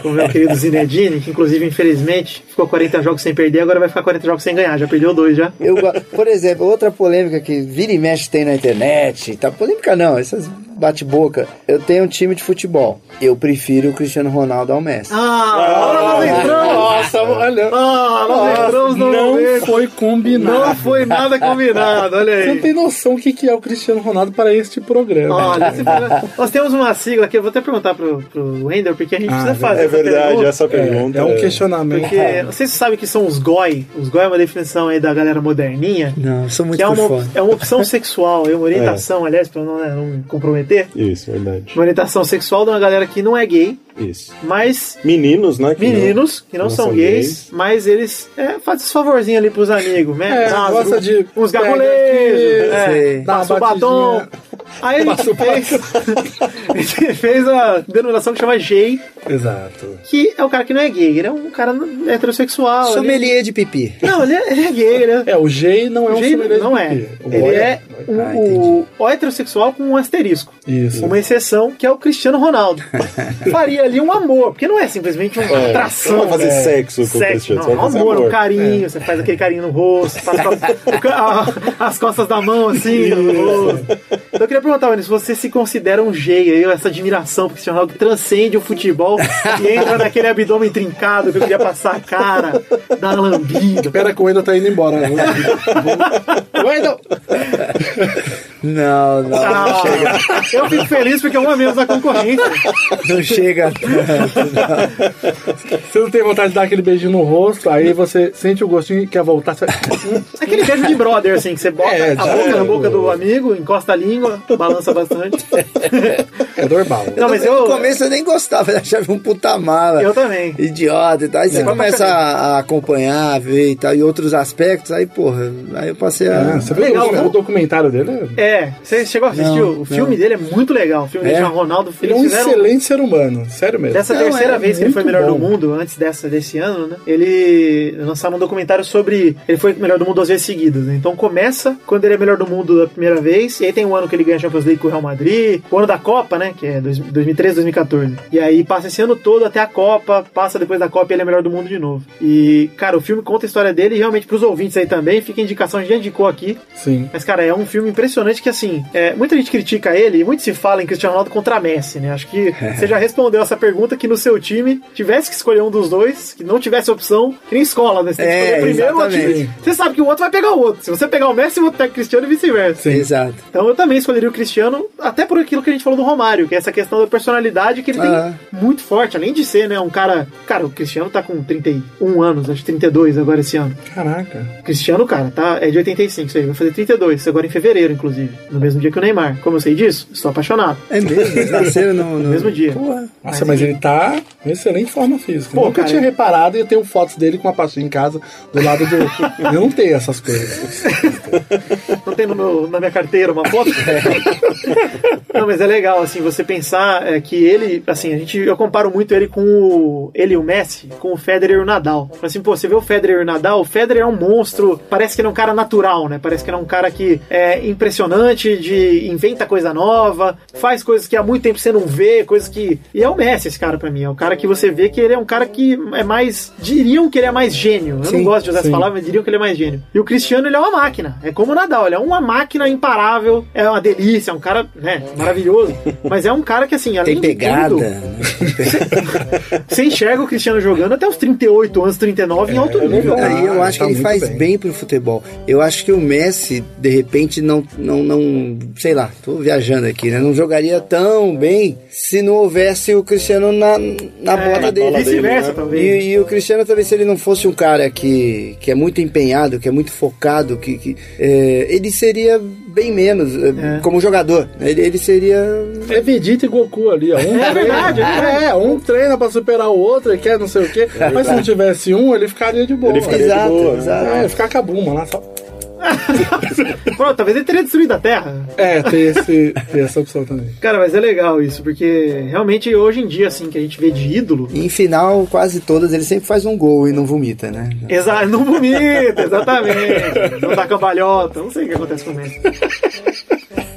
S6: com o meu querido Zinedine, que inclusive, infelizmente, ficou 40 jogos sem perder, agora vai ficar 40 jogos sem ganhar. Já perdeu dois já.
S7: Eu go- Por exemplo, outra polêmica que vira e mexe tem na internet. Tá? Polêmica não, essas bate-boca. Eu tenho um time de futebol. Eu prefiro o Cristiano Ronaldo ao Messi.
S6: Ah, nós entramos!
S4: Nossa, olha.
S6: Ah, nós entramos no
S4: não
S6: momento.
S4: foi combinado.
S6: Não foi nada combinado, olha
S4: Você não
S6: aí.
S4: tem noção o que que é o Cristiano Ronaldo para este programa.
S6: Olha, esse programa- nós temos uma sigla aqui, eu vou até perguntar pro, pro Wendel, porque a gente precisa fazer.
S5: É
S6: essa
S5: verdade,
S6: pergunta.
S5: essa pergunta.
S4: é, é um questionamento.
S7: É.
S6: Porque vocês sabem que são os goi. Os goi é uma definição aí da galera moderninha.
S7: Não, eu sou muito
S6: Que é
S7: por
S6: uma,
S7: fora.
S6: é uma opção sexual, é uma orientação, aliás, pra não, né, não me comprometer.
S5: Isso, verdade.
S6: Uma orientação sexual de uma galera que não é gay,
S5: Isso.
S6: Mas
S5: Meninos, né? que não-
S6: meninos que não,
S5: não
S6: são,
S5: são
S6: gays,
S5: gays.
S6: mas eles é, fazem esse favorzinho ali pros amigos, né?
S4: É,
S6: Dá
S4: gosta
S6: uns-
S4: de-
S6: Uns
S4: pega
S6: gargolejos,
S4: aqui,
S6: é,
S7: sei.
S4: dá
S6: passa o
S4: uma
S6: batom.
S4: batidinha.
S6: Aí ele
S4: Passa o
S6: fez, ele fez a denominação que chama gay,
S4: Exato.
S6: que é o cara que não é gay, ele é um cara heterossexual. ele-
S7: Sommelier de pipi.
S6: Não, ele é, ele é gay, ele é,
S4: É, o G não é um
S6: Gay
S4: sommelier de
S6: não é.
S4: pipi. O
S6: Ele
S4: boy um
S6: é o,
S7: Ah, entendi.
S6: o- o heterossexual com um asterisco.
S4: Isso.
S6: Uma exceção que é o Cristiano Ronaldo. Faria ali um amor, porque não é simplesmente uma
S5: É,
S6: atração.
S5: você não vai fazer
S6: né?
S5: sexo com o Cristiano,
S6: não,
S5: você vai
S6: um
S5: fazer
S6: amor, um
S5: amor. É.
S6: carinho, você faz aquele carinho no rosto, passa o ca- a- as costas da mão assim, no rosto. Então eu queria perguntar, Wênis, se você se considera um gay, aí, essa admiração pro Cristiano Ronaldo que transcende o futebol e entra naquele abdômen trincado que eu queria passar a cara, dar lambida.
S4: Pera que o Wendel tá indo embora. Wendel!
S7: Não, não,
S6: Ah, eu fico feliz porque é uma menos na concorrência.
S7: não chega.
S4: Você não tem vontade de dar aquele beijinho no rosto, aí você sente o gostinho e quer voltar. Você...
S6: Aquele beijo de brother, assim, que você bota
S4: É,
S6: a
S4: já
S6: boca na
S4: é.
S6: boca do amigo, encosta a língua, balança bastante.
S4: É normal.
S6: Não, mas
S7: No
S6: eu,
S7: começo eu nem gostava, eu achava um puta mala.
S6: eu também.
S7: Idiota e tal. Aí você
S6: É.
S7: começa a, a acompanhar, a ver e tal, e outros aspectos, aí, porra, aí eu passei a.
S4: Ah, você viu
S6: Legal,
S4: o,
S6: né?
S4: o documentário dele? é-
S6: É, você chegou a assistir?
S7: Não,
S6: o filme dele é muito legal. O filme
S7: É?
S6: dele chama Ronaldo
S4: Ele é
S6: Filho.
S4: um excelente ser humano, sério mesmo.
S6: Dessa
S7: Não,
S6: terceira
S7: é
S6: vez que ele foi
S4: muito
S6: melhor do
S4: bom.
S6: mundo, antes dessa desse ano, né? Ele lançaram um documentário sobre. Ele foi melhor do mundo duas vezes seguidas, né? Então começa quando ele é melhor do mundo da primeira vez, e aí tem um ano que ele ganha a Champions League com o Real Madrid, o ano da Copa, né? Que é dois- 2013, 2014. E aí passa esse ano todo até a Copa, passa depois da Copa e ele é melhor do mundo de novo. E, cara, o filme conta a história dele e realmente pros ouvintes aí também, fica a indicação, a gente já indicou aqui,
S4: Sim.
S6: mas, cara, é um filme impressionante que, assim, é, muita gente critica ele e muito se fala em Cristiano Ronaldo contra Messi, né? Acho que
S7: É.
S6: você já respondeu essa pergunta que no seu time tivesse que escolher um dos dois, que não tivesse opção, que nem escola, né? Você tem que
S7: É,
S6: escolher primeiro o
S7: exatamente.
S6: time. Você sabe que o outro vai pegar o outro. Se você pegar o Messi, o outro pega o Cristiano e vice-versa.
S7: Exato.
S6: Então eu também escolheria o Cristiano, até por aquilo que a gente falou do Romário, que é essa questão da personalidade que ele tem
S7: Ah.
S6: muito forte, além de ser, né, um cara. Cara, o Cristiano tá com 31 anos, acho que 32 agora esse ano.
S4: Caraca.
S6: Cristiano, cara, tá, é de 85, isso aí, vai fazer 32, isso agora em fevereiro, inclusive, no mesmo dia que o Neymar. Como eu sei disso? Estou apaixonado.
S7: É mesmo, eles nasceram no. no-
S6: Mesmo dia.
S7: Porra.
S4: Nossa, mas ele tá em excelente forma física.
S6: Pô,
S4: Nunca
S6: cara,
S4: tinha
S6: é-
S4: reparado e eu tenho fotos dele com a pastinha em casa do lado do. eu não tenho essas coisas.
S6: Não tem no meu- na minha carteira uma foto? Não, mas é legal, assim, você pensar é, que ele, assim, a gente, eu comparo muito ele com o, ele e o Messi, com o Federer e o Nadal. Mas, Assim, pô, você vê o Federer e o Nadal, o Federer é um monstro, parece que ele é um cara natural, né? Parece que ele é um cara que é impressionante, de inventa coisa nova, faz coisas que há muito tempo você não vê, coisas que... E é o Messi esse cara pra mim, é um cara que você vê que ele é um cara que é mais... Diriam que ele é mais gênio, eu não
S7: Sim,
S6: gosto de usar essa
S4: sim.
S6: palavra, mas diriam que ele é mais gênio. E o Cristiano, ele é uma máquina, é como o Nadal, ele é uma máquina imparável, é uma delícia, é um cara, né, maravilhoso, mas é um cara que, assim, além
S7: Tem pegada.
S6: de tudo,
S7: né?
S6: você enxerga o Cristiano jogando até os 38 anos, 39 em alto nível.
S4: verdade.
S7: Aí É, eu
S4: Ah,
S7: acho
S4: tá
S7: que ele
S4: muito
S7: faz
S4: bem.
S7: bem. pro futebol. Eu acho que o Messi, de repente, não, não, não, sei lá, tô viajando aqui, né? Não jogaria tão bem se não houvesse o Cristiano na, na
S6: É,
S7: bota dele.
S6: Vice-versa,
S5: né?
S6: talvez.
S7: E, e o Cristiano também, se ele não fosse um cara que, que é muito empenhado, que é muito focado, que, que, é, ele seria bem menos é,
S6: É.
S7: como jogador. Ele, ele seria.
S4: É Vegeta e Goku ali, ó. Um treina-
S6: verdade, é verdade.
S4: é, um treina pra superar o outro e quer não sei o quê. Mas se não tivesse um, ele ficaria de boa.
S5: É Ele ficaria de
S7: Exato,
S5: boa, né?
S7: exato.
S4: É, ficar com a buma lá só.
S6: Pronto, talvez ele teria destruído a Terra.
S4: É, tem, esse, tem essa opção também.
S6: Cara, mas é legal isso, porque realmente hoje em dia, assim, que a gente vê de ídolo.
S7: Em final, quase todas, ele sempre faz um gol e não vomita, né?
S6: Exa não vomita, exatamente. Não dá cambalhota, não sei o que acontece com ele.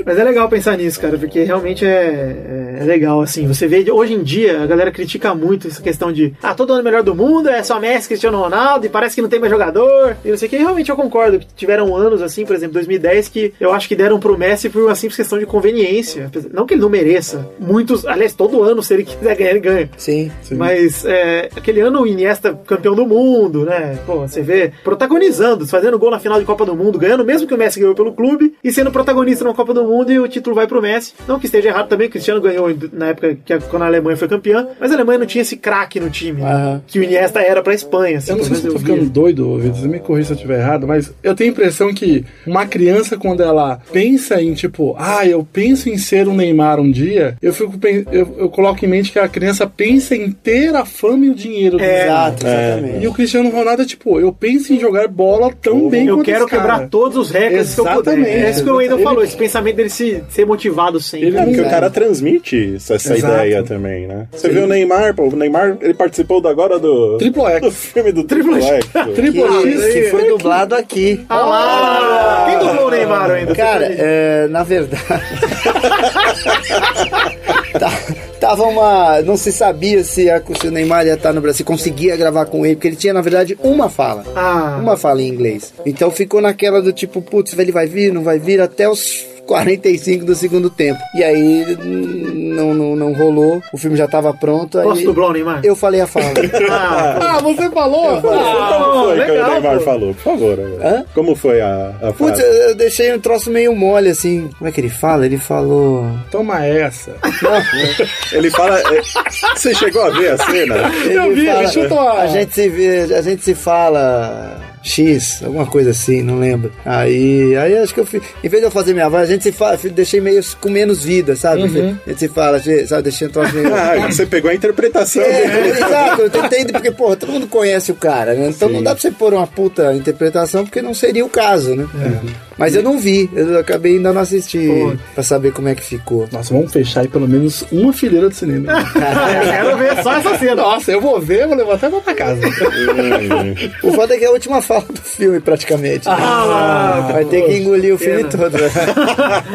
S6: Mas é legal pensar nisso, cara, porque realmente é, é legal, assim. Você vê, hoje em dia, a galera critica muito essa questão de, ah, todo ano melhor do mundo, é só Messi, Cristiano Ronaldo, e parece que não tem mais jogador, e não sei o que. E realmente eu concordo que tiveram anos, assim, por exemplo, 2010, que eu acho que deram pro Messi por uma simples questão de conveniência. Apesar- Não que ele não mereça. Muitos, aliás, todo ano, se ele quiser ganhar, ele ganha.
S7: Sim.
S6: Mas é, aquele ano o Iniesta campeão do mundo, né? Pô, você vê protagonizando, fazendo gol na final de Copa do Mundo, ganhando mesmo que o Messi ganhou pelo clube e sendo protagonista na Copa do mundo e o título vai pro Messi. Não que esteja errado também, o Cristiano ganhou na época que a, quando a Alemanha foi campeã, mas a Alemanha não tinha esse craque no time, né?
S7: Aham.
S6: que o Iniesta era pra Espanha. Assim,
S4: Eu não sei
S6: pelo
S4: se eu tô
S6: menos eu
S4: ficando
S6: via.
S4: doido, Vitor, me corrija se eu estiver errado, mas eu tenho a impressão que uma criança, quando ela pensa em, tipo, ah, eu penso em ser um Neymar um dia, eu fico pen- eu, eu coloco em mente que a criança pensa em ter a fama e o dinheiro
S6: É.
S4: do Neymar.
S7: Exato, exatamente.
S4: E o Cristiano Ronaldo é tipo, eu penso em jogar bola tão bem
S6: Eu
S4: quanto
S6: quero
S4: esse cara.
S6: quebrar todos os recordes que eu puder.
S4: Exatamente.
S6: É isso que o Wendel
S4: Ele-
S6: falou, esse pensamento dele se, ser motivado sempre.
S4: Ele- um
S5: É, porque o cara transmite essa, essa
S4: Exato.
S5: ideia também, né? Você vê o Neymar, pô, o Neymar, ele participou do- agora do...
S4: Triplo X.
S5: Do filme do Triplo X.
S4: Triplo
S7: Que,
S4: X.
S7: que foi dublado aqui.
S6: Ah lá! Quem dublou o Neymar ainda?
S7: Cara, é, na verdade. Tá- Tava uma. Não se sabia se, a, se o Neymar ia estar no Brasil, conseguia gravar com ele, porque ele tinha, na verdade, uma fala.
S6: Ah.
S7: Uma fala em inglês. Então ficou naquela do tipo, putz, ele vai vir, não vai vir, até os 45 do segundo tempo. E aí n- não, não, não rolou, o filme já tava pronto. Aí
S6: Posso dublar o Neymar?
S7: Eu falei a fala.
S6: Ah,
S4: Ah, você falou?
S7: um
S4: Ah,
S5: Como foi que
S6: legal,
S5: o Neymar
S6: pô.
S5: falou? Por favor. agora.
S7: Hã?
S5: Como foi a, a
S7: Putz,
S5: frase?
S7: eu, eu deixei um troço meio mole assim. Como é que ele fala? Ele falou.
S4: Toma essa.
S5: Ele fala... é, Você chegou a ver a cena?
S4: Eu vi,
S7: fala,
S4: chuta uma-
S7: A gente se vê, a gente se fala X, alguma coisa assim, não lembro. Aí, aí acho que eu fiz, em vez de eu fazer minha voz, a gente se fala, fi- deixei meio com menos vida, sabe? A gente se fala, gente, sabe, deixei um troço meio
S5: Ah, você pegou a interpretação dele.
S7: É, exato, eu tentei, porque, porra, todo mundo conhece o cara, né? Então não dá pra você pôr uma puta interpretação, porque não seria o caso, né? Mas eu não vi, eu acabei ainda não assisti pra saber como é que ficou.
S4: Nossa, vamos fechar aí pelo menos uma fileira de cinema.
S6: eu quero ver só essa cena.
S4: Nossa, eu vou ver, vou levar até pra casa.
S7: O foda é que é a última fala do filme, praticamente.
S6: Ah,
S7: Vai ter que engolir o filme todo. né?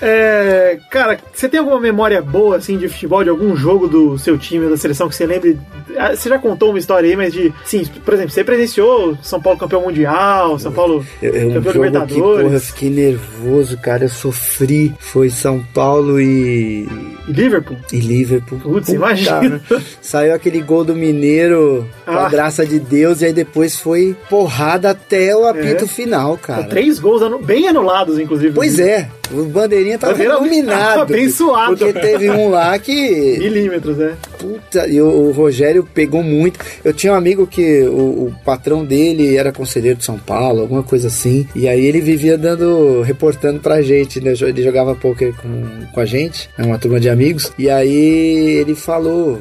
S6: É, cara, você tem alguma memória boa assim de futebol, de algum jogo do seu time, da seleção que você lembre? Ah, Você já contou uma história aí, mas de. Sim, por exemplo, você presenciou São Paulo campeão mundial, São Paulo
S7: Eu, eu, um
S6: campeão
S7: jogo que, porra, eu
S6: Libertadores,
S7: fiquei nervoso, cara. Eu sofri. Foi São Paulo e,
S6: e Liverpool.
S7: e Liverpool.
S6: Putz,
S7: Puta,
S6: imagina.
S7: né? Saiu aquele gol do Mineiro, com a
S6: Ah.
S7: graça de Deus, e aí depois foi porrada até o apito
S6: É.
S7: final, cara.
S6: Três gols anu- bem anulados, inclusive.
S7: Pois é, o Bandeirinha tava
S6: Bandeira-
S7: iluminado.
S6: Abençoado.
S7: Porque teve um lá que.
S6: Milímetros, né?
S7: Puta, e o, o Rogério pegou muito. Eu tinha um amigo que o, o patrão dele era conselheiro de São Paulo, alguma coisa assim. E aí ele vivia dando, reportando pra gente, né? Jo- Ele jogava poker com, com a gente, né? uma turma de amigos. E aí ele falou.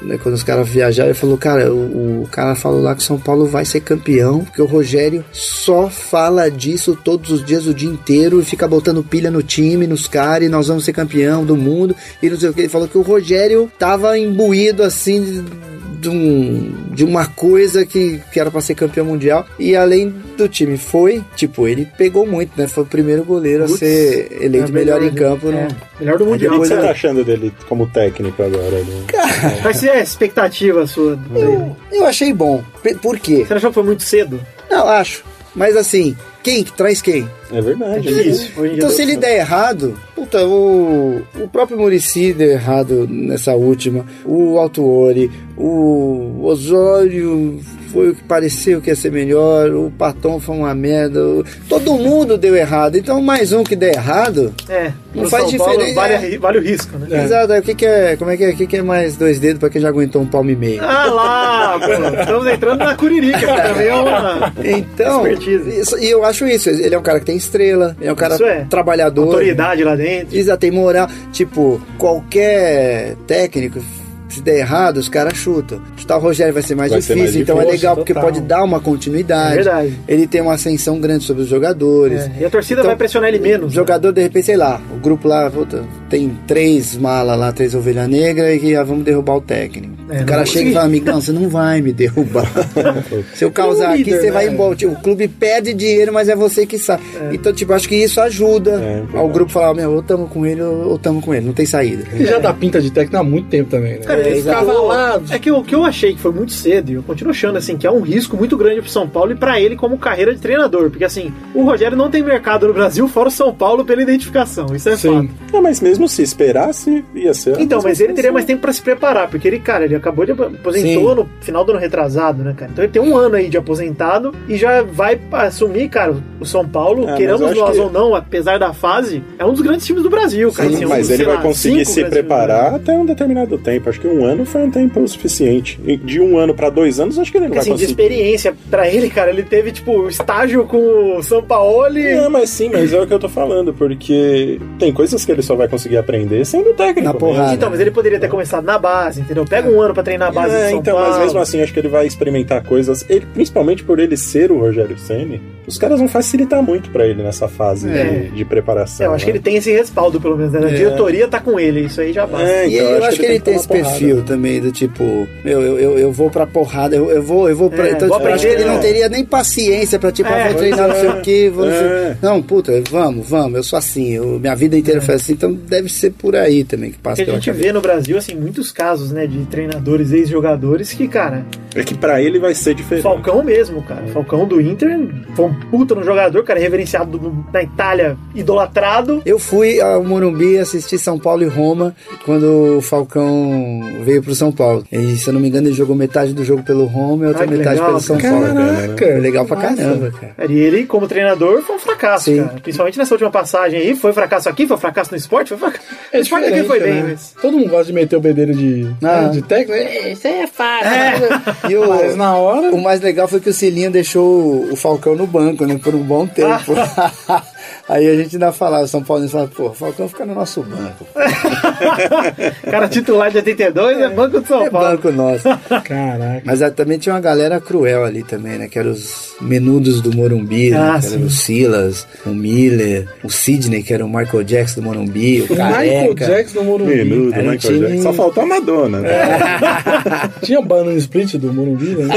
S7: né, Quando os caras viajaram, ele falou: Cara, o, o cara falou lá que São Paulo vai ser campeão, porque o Rogério só fala disso todos os dias, o dia inteiro, e fica botando pilha no time, nos caras, e nós vamos ser campeão do mundo, e não sei o que. Ele falou que o Rogério tava imbuído assim. de- De, um, de uma coisa que, que era pra ser campeão mundial. E além do time, foi, tipo, ele pegou muito, né? Foi o primeiro goleiro a
S6: Putz,
S7: ser eleito
S6: é
S7: melhor, em
S6: melhor,
S7: campo.
S6: é.
S7: né?
S6: Melhor do
S7: Aí
S5: O
S6: Mundial.
S5: que
S7: depois
S5: você
S7: eu-
S5: tá achando dele como técnico agora? né?
S6: Qual que é a expectativa sua? dele?
S7: Eu achei bom. Pe- Por quê?
S6: Você achou que foi muito cedo?
S7: Não, acho. Mas assim, quem que traz quem?
S5: É verdade. né?
S6: Difícil. Hoje em dia
S7: Então, se ele der errado, puta, o, o próprio Murici deu errado nessa última, o Altuori, o Osório foi o que pareceu que ia ser melhor, o Paton foi uma merda, o- todo mundo deu errado. Então, mais um que der errado.
S6: É,
S7: Não
S6: pro
S7: faz
S6: São Paulo,
S7: diferença,
S6: Vale, a
S7: né?
S6: ri- vale o risco, né?
S7: Exato, aí o que, que é? Como é que é? O que, que é mais dois dedos pra quem já aguentou um palmo e meio?
S6: Ah lá, pô, estamos entrando na curirica, que também é uma
S7: Então,
S6: Expertise.
S7: isso- e eu acho isso. Ele é um cara que tem estrela, ele é um cara
S6: Isso é.
S7: trabalhador.
S6: autoridade lá dentro.
S7: Isa tem moral. Tipo, qualquer técnico, se der errado, os caras chutam. Chutar o Rogério vai ser mais,
S5: Vai ser
S7: difícil,
S5: mais
S7: então é
S5: difícil,
S7: legal porque
S4: total.
S7: pode dar uma continuidade.
S6: É verdade.
S7: Ele tem uma ascensão grande sobre os jogadores.
S6: É, E a torcida
S7: Então,
S6: vai pressionar ele
S7: O
S6: menos. né?
S7: jogador, de repente, sei lá, o grupo lá puta, tem três malas lá, três ovelhas negras e que ah, vamos derrubar o técnico.
S6: É,
S7: o cara
S6: não
S7: chega e
S6: consegui.
S7: fala, amigão, você não vai me derrubar. Se eu causar
S4: É um
S7: aqui,
S4: líder,
S7: você
S4: né?
S7: vai embora. Tipo, o clube perde dinheiro, mas é você que sabe. Então, tipo, acho que isso ajuda
S5: verdade.
S7: ao grupo falar, meu, ou tamo com ele ou ou tamo com ele, não tem saída.
S4: Ele já dá pinta de técnico há muito tempo também, né?
S6: É, é,
S4: eles
S6: exato.
S4: ficavam alados.
S6: É que o que eu achei que foi muito cedo, e eu continuo achando assim, que é um risco muito grande pro São Paulo e pra ele como carreira de treinador. Porque assim, o Rogério não tem mercado no Brasil fora o São Paulo pela identificação. Isso é
S4: Sim.
S6: fato.
S5: Ah, mas mesmo se esperasse, ia ser. um a
S6: Então,
S5: mesma
S6: mas ele teria
S5: situação.
S6: mais tempo pra se preparar, porque ele, cara, ele acabou de aposentou
S7: Sim.
S6: no final do ano retrasado, né, cara? Então ele tem um ano aí de aposentado e já vai assumir, cara, o São Paulo,
S5: É, mas
S6: queramos
S5: eu acho
S6: nós
S5: que-
S6: ou não, apesar da fase, é um dos grandes times do Brasil, cara.
S5: Sim,
S6: Assim, é um
S5: mas
S6: dos,
S5: ele
S6: sei
S5: vai
S6: lá,
S5: conseguir
S6: cinco
S5: se
S6: grandes times do
S5: preparar
S6: Brasil.
S5: até um determinado tempo. Acho que um ano foi um tempo suficiente. E De um ano pra dois anos, acho que ele não
S6: Porque,
S5: vai
S6: assim, de
S5: conseguir.
S6: experiência pra ele, cara, ele teve, tipo, estágio com o Sampaoli.
S5: Não, mas sim, mas é o que eu tô falando, porque tem coisas que ele só vai conseguir aprender sendo técnico.
S7: Na
S5: mesmo.
S7: porrada.
S6: Então, mas ele poderia ter começado na base, entendeu? Pega um ano pra treinar a base do
S5: É,
S6: São
S5: então,
S6: Paulo.
S5: mas mesmo assim, acho que ele vai experimentar coisas. Ele, principalmente por ele ser o Rogério Ceni, os caras vão facilitar muito pra ele nessa fase
S7: É.
S5: de, de preparação.
S6: Eu acho que
S5: né?
S6: ele tem esse respaldo, pelo menos, né? A
S5: É.
S6: diretoria tá com ele, isso aí já basta.
S5: É,
S7: E
S5: então,
S7: eu acho, que, ele tem
S5: tomar
S7: esse
S5: porrada.
S7: perfil também, do tipo, meu, eu, eu, eu vou pra porrada, eu, eu vou, eu vou pra.
S6: É,
S7: então,
S6: vou
S7: tipo, eu acho que
S6: aprender,
S7: ele não
S6: né?
S7: teria nem paciência pra, tipo,
S6: É,
S7: ah, vou
S6: pois
S7: treinar não sei o que, vou não sei
S5: É.
S7: Não, puta, vamos, vamos, eu sou assim, eu- minha vida inteira foi assim, então deve ser por aí também que passa
S6: É. Porque a
S7: pela
S6: gente
S7: cabeça.
S6: vê no Brasil, assim, muitos casos, né, de treinadores, ex-jogadores, que, cara,
S5: É que pra ele vai ser diferente.
S6: Falcão mesmo, cara. Falcão do Inter foi um puta no jogador, cara, reverenciado no- na Itália, idolatrado.
S7: Eu fui ao Morumbi assistir São Paulo e Roma quando o Falcão veio pro São Paulo. E, se eu não me engano, ele jogou metade do jogo pelo Roma e outra
S6: Ah, que
S7: metade
S6: legal,
S7: pelo São
S4: cara.
S7: Paulo. né?
S4: Caraca,
S7: Foi legal pra
S4: massa.
S7: caramba, cara.
S6: Cara, E ele, como treinador, foi um fracasso,
S7: Sim.
S6: cara. Principalmente nessa última passagem aí. Foi fracasso aqui, foi fracasso no esporte, foi fracasso.
S4: É
S6: no esporte aqui foi bem,
S4: né?
S6: mas.
S4: Todo mundo gosta de meter o bedelho de,
S7: Ah.
S4: né, de técnico. É, Isso é fácil.
S7: E o,
S4: Mas na hora...
S7: O mais legal foi que o Cilinho deixou o Falcão no banco, né? Por um bom tempo. Aí a gente ainda falava, São Paulo falava, pô, o Falcão fica no nosso banco.
S6: Cara, titular de 82 é Banco de São
S7: É
S6: Paulo.
S7: banco nosso.
S4: Caraca.
S7: Mas ah, também tinha uma galera cruel ali também, né? Que eram os menudos do Morumbi, né?
S6: Ah,
S7: que
S6: sim.
S7: eram o Silas, o Miller, o Sidney, que era o Michael Jackson do Morumbi, o
S4: O Michael
S7: Careca.
S4: Jackson no Morumbi.
S5: Menudo,
S7: Era um
S5: Michael
S7: time-
S5: Jackson. Só faltou a Madonna, né?
S4: Tinha banana split do Morumbi, né?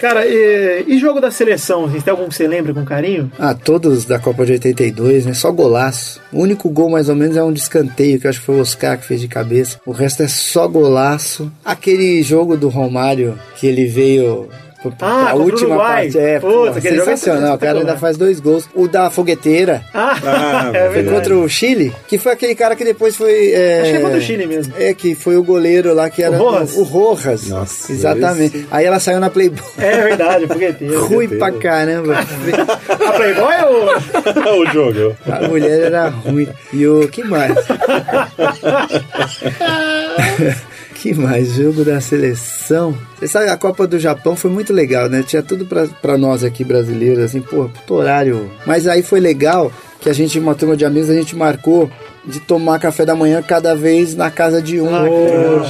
S6: Cara, e, e jogo da seleção? assim, tem algum que você lembra com carinho?
S7: Ah, todos da Copa de 82, né? Só golaço. O único gol, mais ou menos, é um descanteio, que eu acho que foi o Oscar que fez de cabeça. O resto é só golaço. Aquele jogo do Romário, que ele veio. pro-
S6: Ah,
S7: pra
S6: contra o
S7: última
S6: Uruguai.
S7: parte é
S6: Puta,
S7: pô,
S6: aquele jogo é
S7: sensacional. O cara ainda
S6: espetacular.
S7: faz dois gols. O da fogueteira
S6: Ah,
S5: Ah,
S6: é
S7: foi
S5: foi
S6: verdade.
S7: contra o Chile, que foi aquele cara que depois foi. é,
S6: Acho que é contra o Chile mesmo.
S7: É, que foi o goleiro lá que era.
S6: Rojas?
S7: o Rojas.
S5: Nossa,
S7: Exatamente. Aí ela saiu na Playboy.
S6: É verdade, fogueteiro.
S7: Ruim pra caramba.
S6: A Playboy é o.
S5: o jogo.
S7: A mulher era ruim. E o que mais? que mais? Jogo da seleção. Você sabe, a Copa do Japão foi muito legal, né? Tinha tudo pra, pra nós aqui brasileiros, assim, pô, puto horário. Mas aí foi legal que a gente, uma turma de amigos, a gente marcou de tomar café da manhã cada vez na casa de um.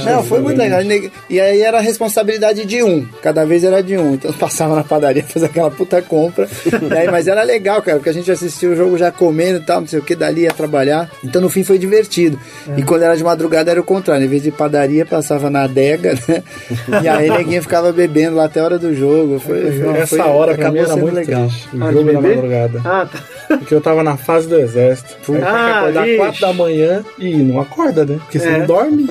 S7: Não, foi muito legal. E aí era a responsabilidade de um. Cada vez era de um. Então eu passava na padaria fazer aquela puta compra. E aí, mas era legal, cara, porque a gente assistia o jogo já comendo e tal, não sei o que, dali ia trabalhar. Então no fim foi divertido.
S6: É.
S7: E quando era de madrugada era o contrário. Em vez de padaria, passava na adega, né? E aí ninguém ficava bebendo lá até a hora do jogo.
S6: É,
S7: Foi, foi-
S4: Essa
S7: foi-
S4: hora pra
S7: acabou
S4: mim era
S7: sendo
S4: muito triste. O
S6: Ah,
S4: jogo
S6: de
S4: da
S6: beber?
S4: madrugada.
S6: Ah, tá.
S4: Porque eu tava na fase do exército. Aí tinha
S6: Ah,
S4: que acordar
S6: vixe.
S4: 4 da manhã e não acorda, né? Porque você
S6: É.
S4: não dorme.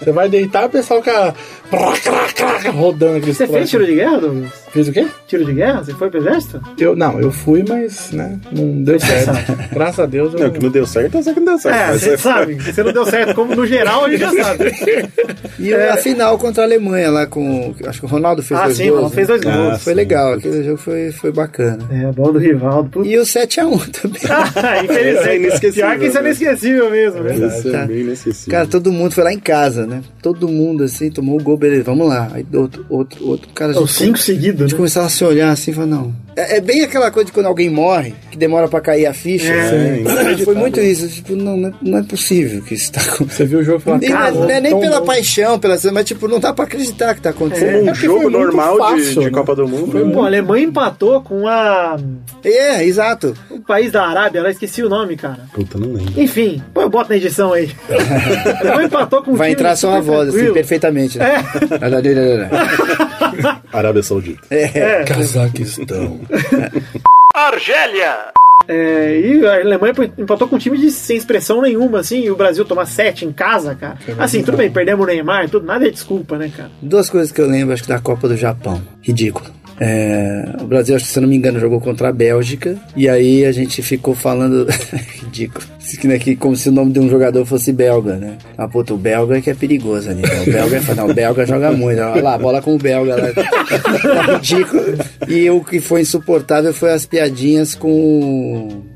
S4: Você vai deitar, o pessoal fica prá, crá, crá, rodando aquele
S6: Você fez tiro de guerra, Douglas?
S4: Fez o quê?
S6: Tiro de guerra? Você foi pro exército?
S4: Eu, não, eu fui, mas né, não deu certo. Graças a Deus eu
S5: Não, o que não deu certo, eu sei que não deu certo.
S6: É,
S5: mas
S6: você
S5: é-
S6: sabe. Você não deu certo, como no geral, a gente já sabe.
S7: E a final contra a Alemanha lá com. Acho que o Ronaldo fez
S6: É. Ah,
S7: dois
S6: sim,
S7: gols.
S6: o Ronaldo fez dois
S7: né?
S5: gols.
S7: Foi
S5: Ah, sim.
S7: legal, aquele jogo foi, foi bacana.
S6: É, bom do Rivaldo. Puta.
S7: E o 7x1 também.
S6: Ah,
S5: Isso é
S6: infelizmente.
S5: inesquecível,
S6: Pior que isso é
S5: né?
S6: inesquecível mesmo, né?
S5: Isso é
S7: Tá.
S5: bem inesquecível.
S7: Cara, todo mundo foi lá em casa, né? Todo mundo assim, tomou o gol, beleza, vamos lá. Aí outro, outro, outro.
S5: É,
S7: Cara, a
S6: São
S7: gente,
S6: cinco
S7: a
S6: seguidos,
S7: gente
S6: né?
S7: começava a se olhar assim e falar, não. É, é bem aquela coisa de quando alguém morre, que demora pra cair a ficha. assim.
S5: É, inacreditável.
S7: Foi muito isso, tipo, não, não é, não é possível que isso tá acontecendo.
S4: Você viu o jogo e falou,
S7: Nem,
S4: cara,
S7: não é nem
S4: tão
S7: pela
S4: bom.
S7: paixão, pela mas tipo, não dá pra acreditar que tá acontecendo.
S5: Como
S4: É
S5: um
S4: porque foi
S5: jogo
S4: muito
S5: normal de-
S4: fácil,
S5: de,
S4: né?
S5: Copa do Mundo.
S4: Foi
S5: né?
S6: Bom, a Alemanha empatou com a.
S7: É, exato.
S6: O país da Arábia, lá esqueci o nome, cara.
S5: Puta, não lembro.
S6: Enfim, pô, eu boto na edição aí. A Alemanha empatou com um
S7: Vai
S6: time
S7: entrar só uma
S6: super
S7: voz, assim,
S6: tranquilo.
S7: perfeitamente, né?
S4: É.
S5: Arábia Saudita.
S7: É.
S4: Cazaquistão.
S1: Argélia!
S6: É, e a Alemanha empatou com um time de, sem expressão nenhuma, assim, e o Brasil tomar sete em casa, cara. Assim, tudo bem, perdemos o Neymar, tudo, nada é desculpa, né, cara?
S7: Duas coisas que eu lembro, acho que da Copa do Japão. Ridículo. É, o Brasil, acho que se eu não me engano, jogou contra a Bélgica. E aí a gente ficou falando. Ridículo. Diz que, né, que Como se o nome de um jogador fosse belga, né? Ah, puta, o belga é que é perigoso ali. né? O belga é não, o belga joga muito. Olha lá, bola com o belga lá. Tá ridículo. E o que foi insuportável foi as piadinhas com. o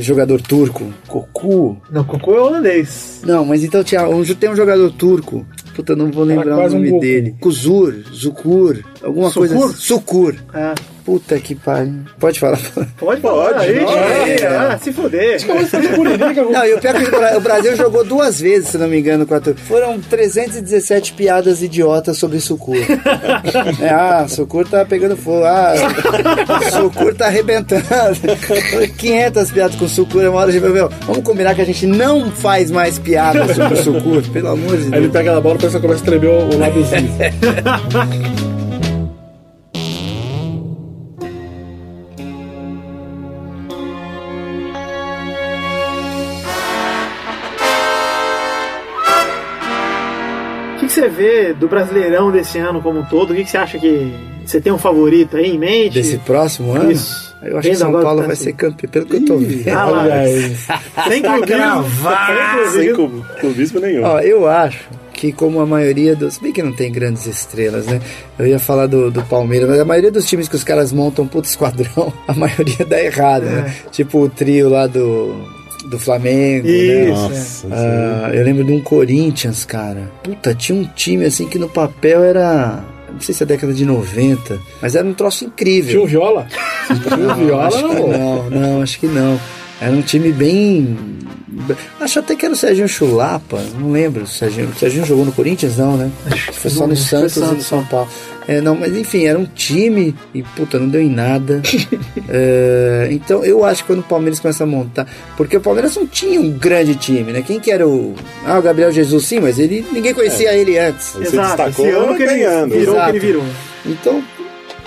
S7: Jogador turco, Cocu.
S6: Não, Cocô é holandês.
S7: Não, mas então tinha um, tem um jogador turco. Puta, eu não vou lembrar o
S4: quase um
S7: nome
S4: Goku.
S7: dele. Kuzur, Zukur, alguma coisa assim. Sukur.
S6: Ah,
S7: Puta que pariu. Pode falar.
S6: pode falar,
S5: Pode,
S6: gente.
S7: pode. é.
S6: Ah, se foder.
S7: Não, e o pior é que o Bra- o Brasil jogou duas vezes, se não me engano, com a Turquia. Foram 317 piadas idiotas sobre Sucur. É, ah, Sucur tá pegando fogo. Ah, Sucur tá arrebentando. 500 piadas com Sucur. é Uma hora a gente vai ver. Vamos combinar que a gente não faz mais piadas sobre Sucur, pelo amor de
S4: Aí
S7: Deus.
S4: ele pega a bola e o pessoal começa a tremer o o lábiozinho.
S6: O que, que você vê do Brasileirão desse ano como um todo? O que, que você acha que... Você tem um favorito aí em mente?
S7: Desse próximo ano?
S6: Isso.
S7: Eu acho
S6: Vendo
S7: que São
S6: agora
S7: Paulo
S6: tá
S7: vai
S6: assim.
S7: ser campeão, pelo que eu tô vendo.
S6: Ah lá,
S4: Olha aí.
S6: sem clubismo. Sem
S5: Sem
S6: clubismo.
S5: clu- clubismo nenhum.
S7: Ó, eu acho que como a maioria dos... Se bem que não tem grandes estrelas, né? Eu ia falar do, do Palmeiras, mas a maioria dos times que os caras montam um puto esquadrão, a maioria dá errado, né?
S4: É.
S7: Tipo o trio lá do, do Flamengo, né?
S6: Isso, é.
S5: Nossa, isso
S7: Ah, eu lembro de um Corinthians, cara. Puta, tinha um time assim que no papel era... Não sei se é década de 90, mas era um troço incrível.
S4: Tinha um viola? Tinha um viola,
S7: acho que
S4: não.
S7: não, não, acho que não. Era um time bem. Acho até que era o Serginho Chulapa, não lembro. O Serginho, o Serginho jogou no Corinthians, não, né? Foi só no
S6: Não, foi
S7: Santos e no
S6: Santos.
S7: São Paulo. É, não, mas enfim, era um time e, puta, não deu em nada. É, então eu acho que quando o Palmeiras começa a montar. Porque o Palmeiras não tinha um grande time, né? Quem que era o. Ah, o Gabriel Jesus, sim, mas ele ninguém conhecia ele antes.
S5: É. Ele se
S6: Exato,
S5: destacou
S6: esse ano que ele
S5: ganhando.
S6: virou o
S7: Exato.
S6: que ele virou.
S7: Então,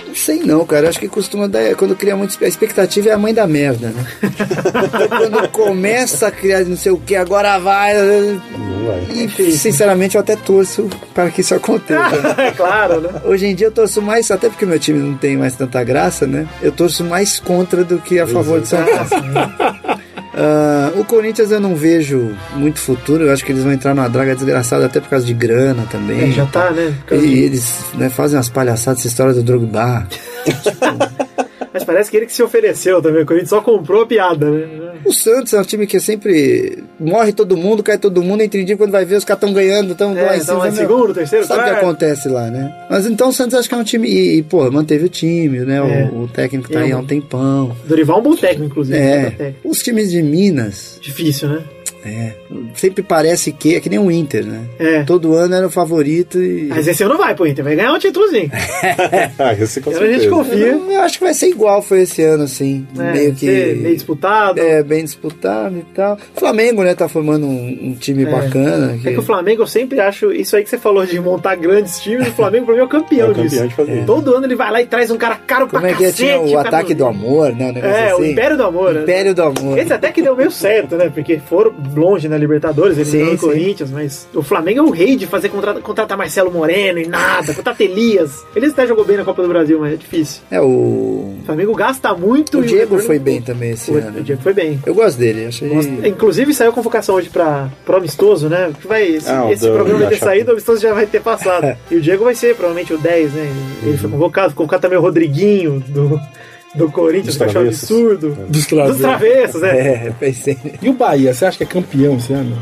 S7: não sei não, cara. Acho que costuma dar. Quando cria muita expe- a expectativa é a mãe da merda, né? Então,
S6: É.
S7: quando começa a criar não sei o que, agora vai.
S5: não vai.
S7: E, sinceramente, eu até torço para que isso aconteça.
S6: É claro, né?
S7: Hoje em dia eu torço mais, até porque meu time não tem mais tanta graça, né? Eu torço mais contra do que a favor de São Paulo. Ah, o Corinthians eu não vejo muito futuro, eu acho que eles vão entrar numa draga desgraçada até por causa de grana também.
S6: É, já tá, né?
S7: E eles né, fazem umas palhaçadas, essa história do Drogba.
S6: Mas parece que ele que se ofereceu também. O Corinthians só comprou a piada, né?
S7: O Santos é um time que sempre morre todo mundo, cai todo mundo, entre dia quando vai ver os caras estão ganhando, estão
S6: É,
S7: lá em
S6: então,
S7: cima.
S6: é
S7: meu.
S6: segundo, terceiro,
S7: Sabe o que
S6: quarto.
S7: acontece lá, né? Mas então o Santos acho que é um time. E, e, pô, manteve o time, né? O-
S6: É.
S7: O, técnico tá aí
S6: Eu-
S7: há um tempão.
S6: Dorival é um bom técnico, inclusive. um bom
S7: É.
S6: técnico.
S7: Os times de Minas
S6: Difícil, né?
S7: sempre parece que é que nem o Inter, né?
S6: É.
S7: Todo ano era o favorito e.
S6: Mas esse ano vai pro Inter, vai ganhar um títulozinho.
S5: Ah, esse com
S6: Então a gente
S5: certeza.
S7: eu,
S6: confia.
S7: não- eu acho que vai ser igual foi esse ano, assim.
S6: né?
S7: meio
S6: Vai
S7: que.
S6: ser Meio disputado. É.
S7: é, bem disputado e tal. Flamengo, né, tá formando um, um time
S6: É.
S7: bacana.
S6: que o Flamengo eu sempre acho isso aí que você falou de montar grandes times. O Flamengo, pra mim, é o campeão,
S5: É o campeão
S6: disso.
S5: de fazer isso.
S6: Todo ano ele vai lá e traz um cara caro
S7: Como
S6: pra
S7: é que é?
S6: cacete.
S7: Tinha o
S6: cara
S7: ataque do amor, né? Um negócio
S6: É, o
S7: assim.
S6: Império do Amor. né?
S7: Império do Amor.
S6: Esse até que deu meio certo, né? Porque foram longe na Libertadores, eles
S7: Sim,
S6: o
S7: sim.
S6: Corinthians, mas o Flamengo é o rei de fazer contrata, contratar Marcelo Moreno e nada, contratar Elias. Eles até jogou bem na Copa do Brasil, mas é difícil.
S7: É, o.
S6: O Flamengo gasta muito.
S7: O
S6: e
S7: Diego
S6: retorno-
S7: foi bem também esse
S6: O,
S7: ano. né?
S6: o Diego foi bem.
S7: Eu gosto dele, achei.
S6: Inclusive saiu a convocação hoje pra, pro Amistoso, né? Que Vai, esse
S5: Ah, o
S6: esse
S5: do-
S6: programa vai
S5: da
S6: ter
S5: Chapa.
S6: saído, o Amistoso já vai ter passado. e o Diego vai ser provavelmente o 10, né? Ele foi convocado. Convocado também o Rodriguinho do, do
S5: Dos
S6: Corinthians, que eu achei um
S5: travessos.
S6: absurdo.
S4: Dos
S6: Dos
S4: travessos.
S6: travessos, né?
S7: É, eu pensei.
S4: E o Bahia, você acha que é campeão esse ano?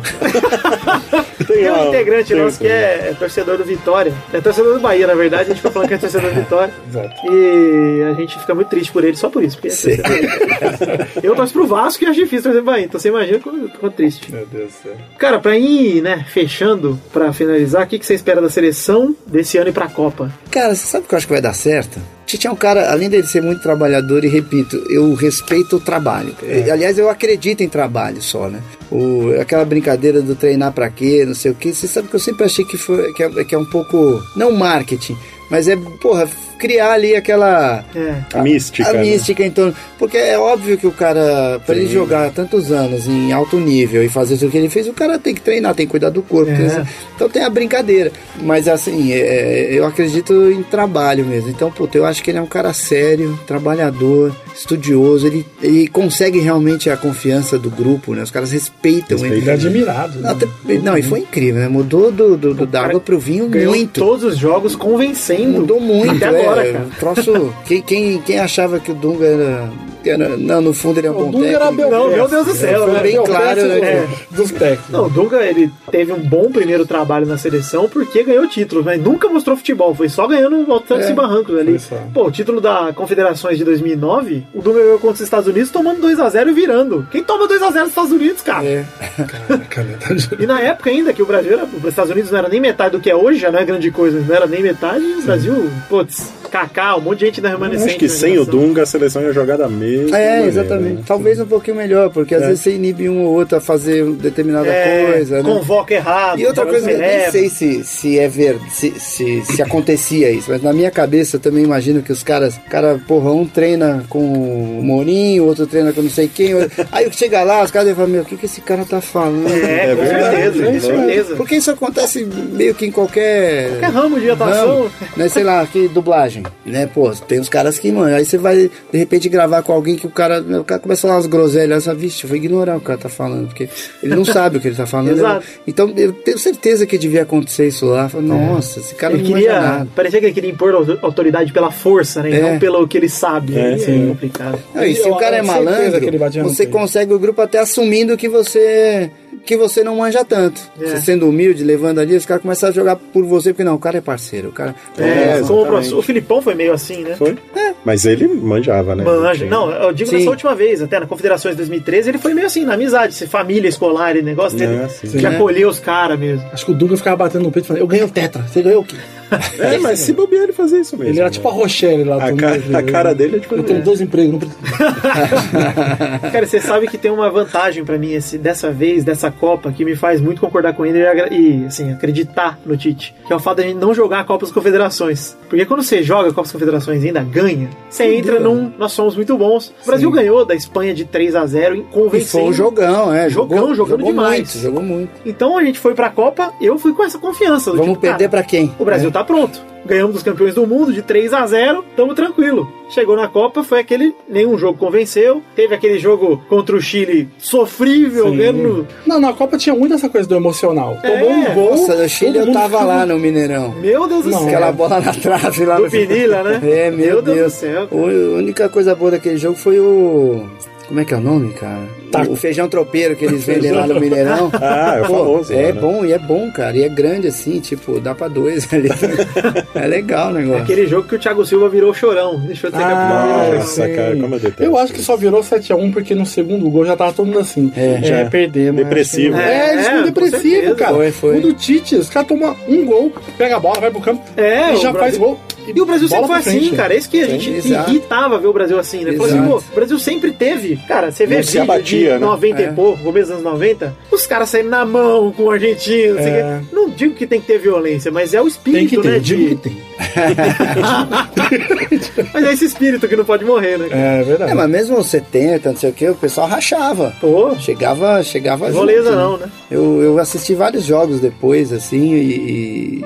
S6: Tem
S5: lá,
S6: um integrante
S5: tem
S6: nosso que é, é torcedor do Vitória. É torcedor do Bahia, na verdade. A gente fica falando que é torcedor do Vitória.
S4: Exato.
S6: E a gente fica muito triste por ele, só por isso. Porque é
S7: Sim.
S6: torcedor. eu torço pro Vasco e acho difícil torcer pro Bahia. Então você imagina como eu fico triste.
S4: Meu Deus do céu.
S6: Cara, pra ir, né, fechando, pra finalizar, o que, que você espera da seleção desse ano e pra Copa?
S7: Cara, você sabe o que eu acho que vai dar certo? Tite é um cara, além dele ser muito trabalhador, e repito, eu respeito o trabalho.
S6: É.
S7: E, Aliás, eu acredito em trabalho só, né? O, aquela brincadeira do treinar pra quê, não sei o quê. Você sabe que eu sempre achei que, foi, que, é, que é um pouco. Não marketing, Mas é, porra, criar ali aquela.
S6: É.
S5: A mística,
S7: A
S5: né?
S7: mística em torno. Porque é óbvio que o cara, pra ele jogar tantos anos em alto nível e fazer tudo que ele fez, o cara tem que treinar, tem que cuidar do corpo.
S6: É.
S7: tem que- Então tem a brincadeira. Mas assim, é, eu acredito em trabalho mesmo. Então, puta, eu acho que ele é um cara sério, trabalhador, estudioso. Ele, ele consegue realmente a confiança do grupo, né? Os caras respeitam
S4: Ele é
S7: ele.
S4: admirado. né?
S7: Até- Não, e foi incrível, né? Mudou do, do, do, da água pro vinho
S6: Ganhou
S7: muito.
S6: todos os jogos convencendo.
S7: Mudou muito,
S6: Até agora,
S7: é,
S6: cara.
S7: Troço, quem, quem, quem achava que o Dunga era, era- Não, no fundo ele é um bom
S4: Dunga era
S7: técnico.
S4: bel-
S6: Não, meu Deus do céu.
S7: Foi
S6: né?
S7: bem
S6: Não,
S7: claro, né,
S6: é.
S4: Dos técnicos.
S6: Não, o Dunga, ele teve um bom primeiro trabalho na seleção porque ganhou títulos, mas nunca mostrou futebol, foi só ganhando voltantes e barrancos ali.
S4: Foi só.
S6: Pô, o título da Confederações de 2009, o Dunga ganhou contra os Estados Unidos tomando 2x0 e virando. Quem toma 2x0 nos Estados Unidos, cara?
S7: É.
S4: Cara, tá de-
S6: E na época ainda, que o Brasil era. Os Estados Unidos não era nem metade do que é hoje, já não é grande coisa, mas não era nem metade, e o Brasil, putz, Kaká, um monte de gente da remanescente.
S5: Acho que
S6: na
S5: sem o
S6: geração.
S5: Dunga a seleção ia jogar da mesma.
S7: É,
S5: maneira,
S7: exatamente.
S5: né?
S7: Talvez um pouquinho melhor, porque às vezes você inibe um ou outro a fazer determinada
S6: É,
S7: coisa, né?
S6: Convoca errado.
S7: E outra
S6: joga
S7: coisa, que eu nem
S6: leva.
S7: sei se, se é verdade, se, se, se acontecia isso, mas na minha cabeça eu também imagino que os caras, cara, porra, um treina com o Mourinho, outro treina com não sei quem, outro- aí chega lá, os caras devem falar, meu, o que, que esse cara tá falando?
S6: É,
S5: É
S6: com
S5: verdade,
S6: certeza,
S5: né?
S6: com certeza.
S7: Porque isso acontece meio que em qualquer.
S6: Qualquer ramo de atuação.
S7: ramo, né? Sei lá, que dublagem, né? Pô, tem uns caras que, mano, aí você vai de repente gravar com alguém que o cara, o cara começa a falar umas groselhas, essa vixe, eu vou ignorar o que o cara tá falando, porque ele não sabe o que ele tá falando.
S6: Exato.
S7: Então eu tenho certeza que devia acontecer isso lá. Fala, Nossa, esse cara
S6: Ele
S7: não queria...
S6: queria.
S7: nada.
S6: Parecia que ele queria impor autor- autoridade pela força, né? E
S7: É.
S6: não pelo que ele sabe.
S5: É,
S6: É,
S5: sim.
S6: é complicado.
S7: Não, e se
S4: Eu-
S7: o cara é
S4: eu tenho certeza que
S7: malandro,
S4: ele batia no
S7: você
S4: peito.
S7: consegue o grupo até assumindo que você que você não manja tanto.
S6: É.
S7: Você sendo humilde, levando ali, os caras começam a jogar por você, porque não, o cara é parceiro, o cara.
S6: É,
S5: exatamente.
S6: como o, professor- o Filipão foi meio assim, né?
S5: Foi? Mas ele manjava, né?
S6: Manja.
S5: Tinha-
S6: Não, eu digo
S7: Sim.
S6: nessa última vez, até na Confederações 2013, ele foi meio assim, na amizade, se família escolar e negócio
S5: É,
S6: dele.
S5: sim.
S6: De
S7: Sim. Né?
S6: acolher os caras mesmo.
S4: Acho que o Dunga ficava batendo no peito e falando, eu ganhei o Tetra, você ganhou o quê?
S5: É, mas se bobear ele fazia isso mesmo.
S4: Ele era
S5: né?
S4: tipo a Rochelle lá.
S5: A
S4: do
S5: cara-
S4: Brasil.
S5: a cara dele é tipo-
S4: Eu tenho dois empregos, não preciso...
S6: Cara, você sabe que tem uma vantagem pra mim esse, dessa vez, dessa Copa, que me faz muito concordar com ele e agra- e, assim, acreditar no Tite, que é o fato de a gente não jogar a Copa das Confederações. Porque quando você joga a Copa das Confederações e ainda ganha, você entra num. Nós somos muito bons. O Brasil ganhou da Espanha de 3 a 0 em
S7: E foi um
S6: convencendo.
S7: jogão, é.
S6: Jogão,
S7: jogou,
S6: jogando
S7: jogou
S6: demais.
S7: Muito, jogou muito.
S6: Então a gente foi pra Copa, eu fui com essa confiança. do
S7: Vamos
S6: tipo,
S7: perder pra
S6: cara,
S7: quem? É.
S6: O Brasil tá pronto. Ganhamos dos campeões do mundo de 3 a 0 tamo tranquilo. Chegou na Copa, foi aquele. Nenhum jogo convenceu. Teve aquele jogo contra o Chile sofrível, ganhando.
S4: Não, na Copa tinha muito essa coisa do emocional. Tomou
S6: É.
S4: um gol.
S7: Nossa, no Chile
S4: todo
S7: eu
S4: mundo
S7: tava
S4: ficou-
S7: lá no Mineirão.
S6: Meu Deus do
S4: Não,
S6: céu.
S7: Aquela bola na trave lá
S6: Do
S7: no final.
S6: Pinilla, né?
S7: É, meu, Deus.
S6: do céu.
S7: O- A única coisa boa daquele jogo foi o. Como é que é o nome, cara?
S4: Taco.
S7: O Tá feijão tropeiro que eles vendem lá no Mineirão.
S5: Ah, é o
S7: Pô,
S5: famoso,
S7: É
S5: né?
S7: bom, e é bom, cara. E é grande assim, tipo, dá pra dois ali. é legal o negócio.
S6: Aquele jogo que o Thiago Silva virou chorão. Deixa eu dizer que
S4: Ah,
S6: é virou chorão.
S5: Nossa,
S4: sim.
S5: cara, como eu detesto.
S4: Eu acho que só virou 7x1 porque no segundo gol já tava todo mundo assim.
S7: É.
S4: já
S5: É.
S4: perdemos.
S5: Depressivo.
S4: acho que- É, eles
S6: É,
S4: ficam
S6: com
S4: depressivos,
S6: certeza.
S4: cara.
S7: Foi, foi.
S4: O do Tite, os caras tomam um gol, pega a bola, vai pro campo
S6: É,
S4: e
S6: o
S4: já faz
S6: Brasil-
S4: gol.
S6: E o Brasil sempre foi
S4: bola pra
S6: assim,
S4: frente.
S6: cara. É isso que a gente
S7: exato.
S6: irritava ver o Brasil assim, né? Falou assim,
S7: Exato.
S6: pô, o Brasil sempre teve. Cara, você vê
S5: Não se
S6: vídeo
S5: abatia, né?
S6: de 90
S7: É.
S6: e pouco, começo dos anos 90, os caras saindo na mão com o argentino, não sei
S4: É.
S6: o quê. Não digo que tem que ter violência, mas é o
S4: Tem que
S6: espírito, né?
S4: ter,
S6: de-
S4: digo que tem.
S6: Mas é esse espírito que não pode morrer, né? cara?
S4: É verdade.
S7: É, mas mesmo os 70, não sei o que, o pessoal rachava.
S6: Pô,
S7: Chegava, chegava junto,
S6: moleza
S7: né?
S6: não, né?
S7: Eu, eu assisti vários jogos depois, assim, e, e- e,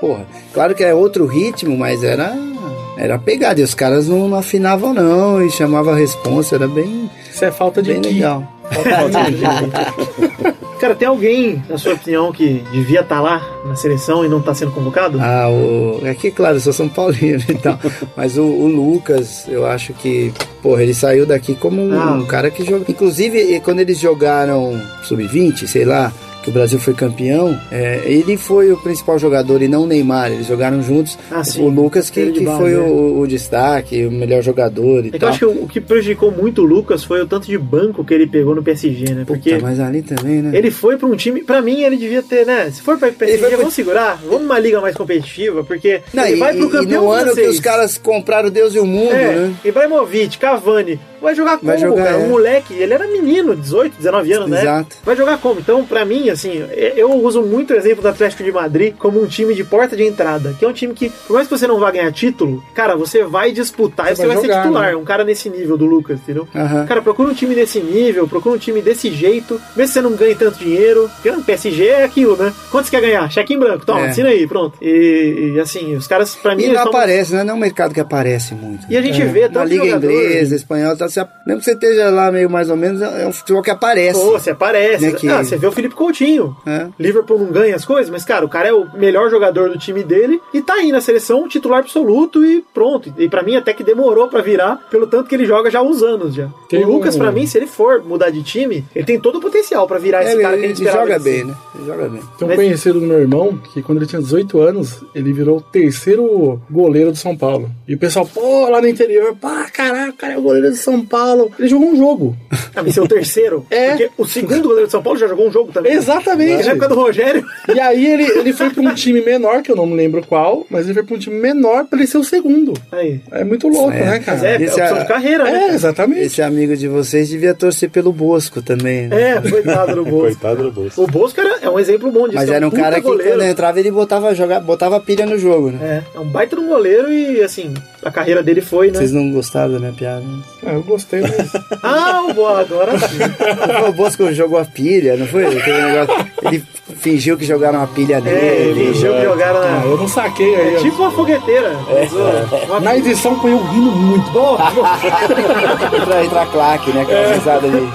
S7: Porra, claro que é outro ritmo, mas era. Era pegada. E os caras não, não afinavam, não, e chamava a responsa, era bem,
S4: Isso é falta de
S7: bem
S4: ki.
S7: legal.
S4: né?
S6: Cara, tem alguém, na sua opinião, que devia estar lá na seleção e não tá sendo convocado?
S7: Ah, o... é que, claro, eu sou São Paulino e tal. Mas o, o Lucas, eu acho que, porra, ele saiu daqui como um,
S6: Ah.
S7: um cara que joga. Inclusive, e quando eles jogaram Sub-20, sei lá, que o Brasil foi campeão, é, ele foi o principal jogador e não o Neymar. Eles jogaram juntos.
S6: Ah, sim.
S7: o Lucas, que,
S6: Ele de
S7: que
S6: base,
S7: foi
S6: né?
S7: o, o destaque, o melhor jogador e
S6: É que eu
S7: tal.
S6: acho que o o que prejudicou muito o Lucas foi o tanto de banco que ele pegou no PSG, né? Porque
S7: Puta, mas ali também, né?
S6: ele foi pra um time, pra mim ele devia ter, né? Se for pra PSG,
S7: Ele foi pro-
S6: vamos segurar, vamos numa liga mais competitiva, porque
S7: Não,
S6: ele
S7: e,
S6: vai pro
S7: e- e
S6: campeão
S7: no ano que
S6: francês.
S7: os caras compraram Deus e o mundo,
S6: é,
S7: né?
S6: Ibrahimovic, Cavani,
S8: Vai jogar como,
S7: Vai jogar,
S8: cara?
S7: é.
S8: O moleque, ele era menino, 18, 19 anos, né?
S7: Exato.
S8: Vai jogar como? Então, pra mim, assim, eu- eu uso muito o exemplo do Atlético de Madrid como um time de porta de entrada, que é um time que, por mais que você não vá ganhar título, cara, você vai disputar e
S4: Você
S8: você vai,
S4: vai
S8: ser
S4: jogar,
S8: titular.
S4: né?
S8: Um cara nesse nível do Lucas, entendeu?
S7: Aham.
S8: Cara, procura um time desse nível, procura um time desse jeito, vê se você não ganha tanto dinheiro. Porque no PSG é aquilo, né? Quanto você quer ganhar? Cheque em branco, toma,
S7: É.
S8: assina aí, pronto. E, e, assim, os caras, pra mim,
S7: E
S8: eles
S7: não
S8: são-
S7: aparece, né? Não é um mercado que aparece muito. né?
S8: E a gente vê tanto
S7: Na liga
S8: jogador- né?
S7: inglesa, espanhola, tá, você, mesmo que você esteja lá meio mais ou menos, é um futebol que aparece.
S8: Pô, você aparece.
S7: Né, que-
S8: Ah, você vê o Felipe Coutinho.
S7: É.
S8: Liverpool não ganha as coisas, mas, cara, o cara é o melhor jogador do time dele e tá aí na seleção, titular absoluto e pronto. E pra mim até que demorou pra virar, pelo tanto que ele joga já há uns anos já.
S4: Tem
S8: o Lucas,
S4: um-
S8: pra mim, se ele for mudar de time, ele tem todo o potencial pra virar
S7: É,
S8: esse cara que a
S7: ele,
S8: gente
S7: ele
S8: esperava
S7: joga
S8: ele ser.
S7: bem, né? Ele joga bem.
S4: Tem um
S8: Mas-
S4: conhecido do meu irmão que quando ele tinha 18 anos, ele virou o terceiro goleiro do São Paulo. E o pessoal, pô, lá no interior, pá, caraca, o cara é o goleiro do São Paulo. Ele jogou um jogo.
S8: Ah, mas é o terceiro.
S4: É.
S8: Porque o segundo goleiro de São Paulo já jogou um jogo também.
S4: Exatamente.
S8: Na época do Rogério.
S4: E aí ele, ele foi pra um time menor, que eu não me lembro qual, mas ele foi pra um time menor pra ele ser o segundo.
S8: Aí.
S4: É muito louco,
S7: É.
S4: né,
S8: Mas
S4: cara?
S8: é,
S7: Esse
S8: é opção
S7: é-
S8: de carreira, né?
S4: É,
S8: cara?
S4: exatamente.
S7: Esse amigo de vocês devia torcer pelo Bosco também, né?
S8: É, coitado do Bosco.
S9: Coitado do Bolso.
S8: O Bosco era, é um exemplo bom disso.
S7: Mas
S8: é
S7: era um
S8: puta
S7: cara que
S8: goleiro.
S7: quando entrava ele botava, jogar, botava pilha no jogo, né?
S8: É, é um baita de um goleiro e, assim, a carreira dele foi, né?
S7: Vocês não gostaram da minha piada? né?
S4: É, eu gostei, mas
S8: Ah, o boa, agora sim.
S7: o Bosco jogou a pilha, não foi? Aquele negócio. Ele fingiu que jogaram a pilha
S8: É,
S7: nele.
S8: ele encheu que jogaram
S4: ah,
S8: na...
S4: eu não saquei aí.
S8: É
S4: ó.
S8: tipo uma fogueteira. Uma-
S4: É. Na edição foi eu rindo muito.
S8: Boa, boa.
S7: Entra, entra a claque, né?
S8: É.
S7: Aquela risada ali.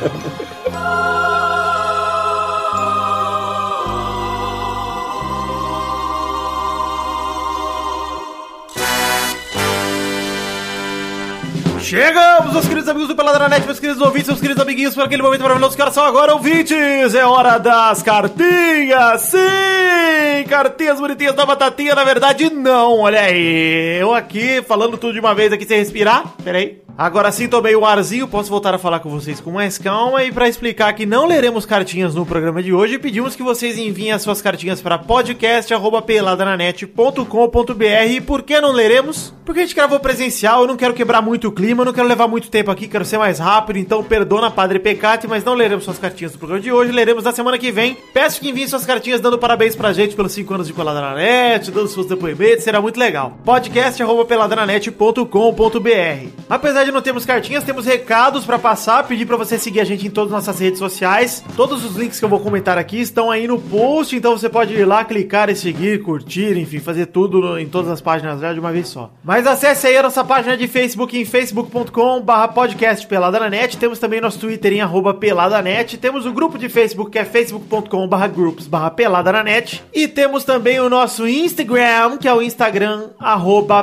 S6: Chegamos, meus queridos amigos do Peladranet, meus queridos ouvintes, meus queridos amiguinhos, para aquele momento maravilhoso que horas são agora, ouvintes! É hora das cartinhas! Sim! Cartinhas bonitinhas da batatinha, na verdade, não! Olha aí, eu aqui falando tudo de uma vez aqui sem respirar. Peraí. Agora sim tomei um arzinho, posso voltar a falar com vocês com mais calma e para explicar que não leremos cartinhas no programa de hoje, pedimos que vocês enviem as suas cartinhas para podcast@peladranet.com.br e por que não leremos? Porque a gente gravou presencial, eu não quero quebrar muito o clima, eu não quero levar muito tempo aqui, quero ser mais rápido, então perdona Padre Pecati, mas não leremos suas cartinhas no programa de hoje, leremos na semana que vem. Peço que enviem suas cartinhas dando parabéns pra gente pelos 5 anos de Peladranet, dando seus depoimentos, será muito legal. podcast@peladranet.com.br. Apesar de não termos cartinhas, temos recados pra passar, pedir pra você seguir a gente em todas as nossas redes sociais. Todos os links que eu vou comentar aqui estão aí no post, então você pode ir lá, clicar e seguir, curtir, enfim, fazer tudo no- em todas as páginas dela de uma vez só. Mas acesse aí a nossa página de Facebook em facebook.com barra podcast Peladanet. Temos também nosso Twitter em arroba Peladanet. Temos o grupo de Facebook que é facebook.com barra groups barra Peladanet. E temos também o nosso Instagram, que é o Instagram arroba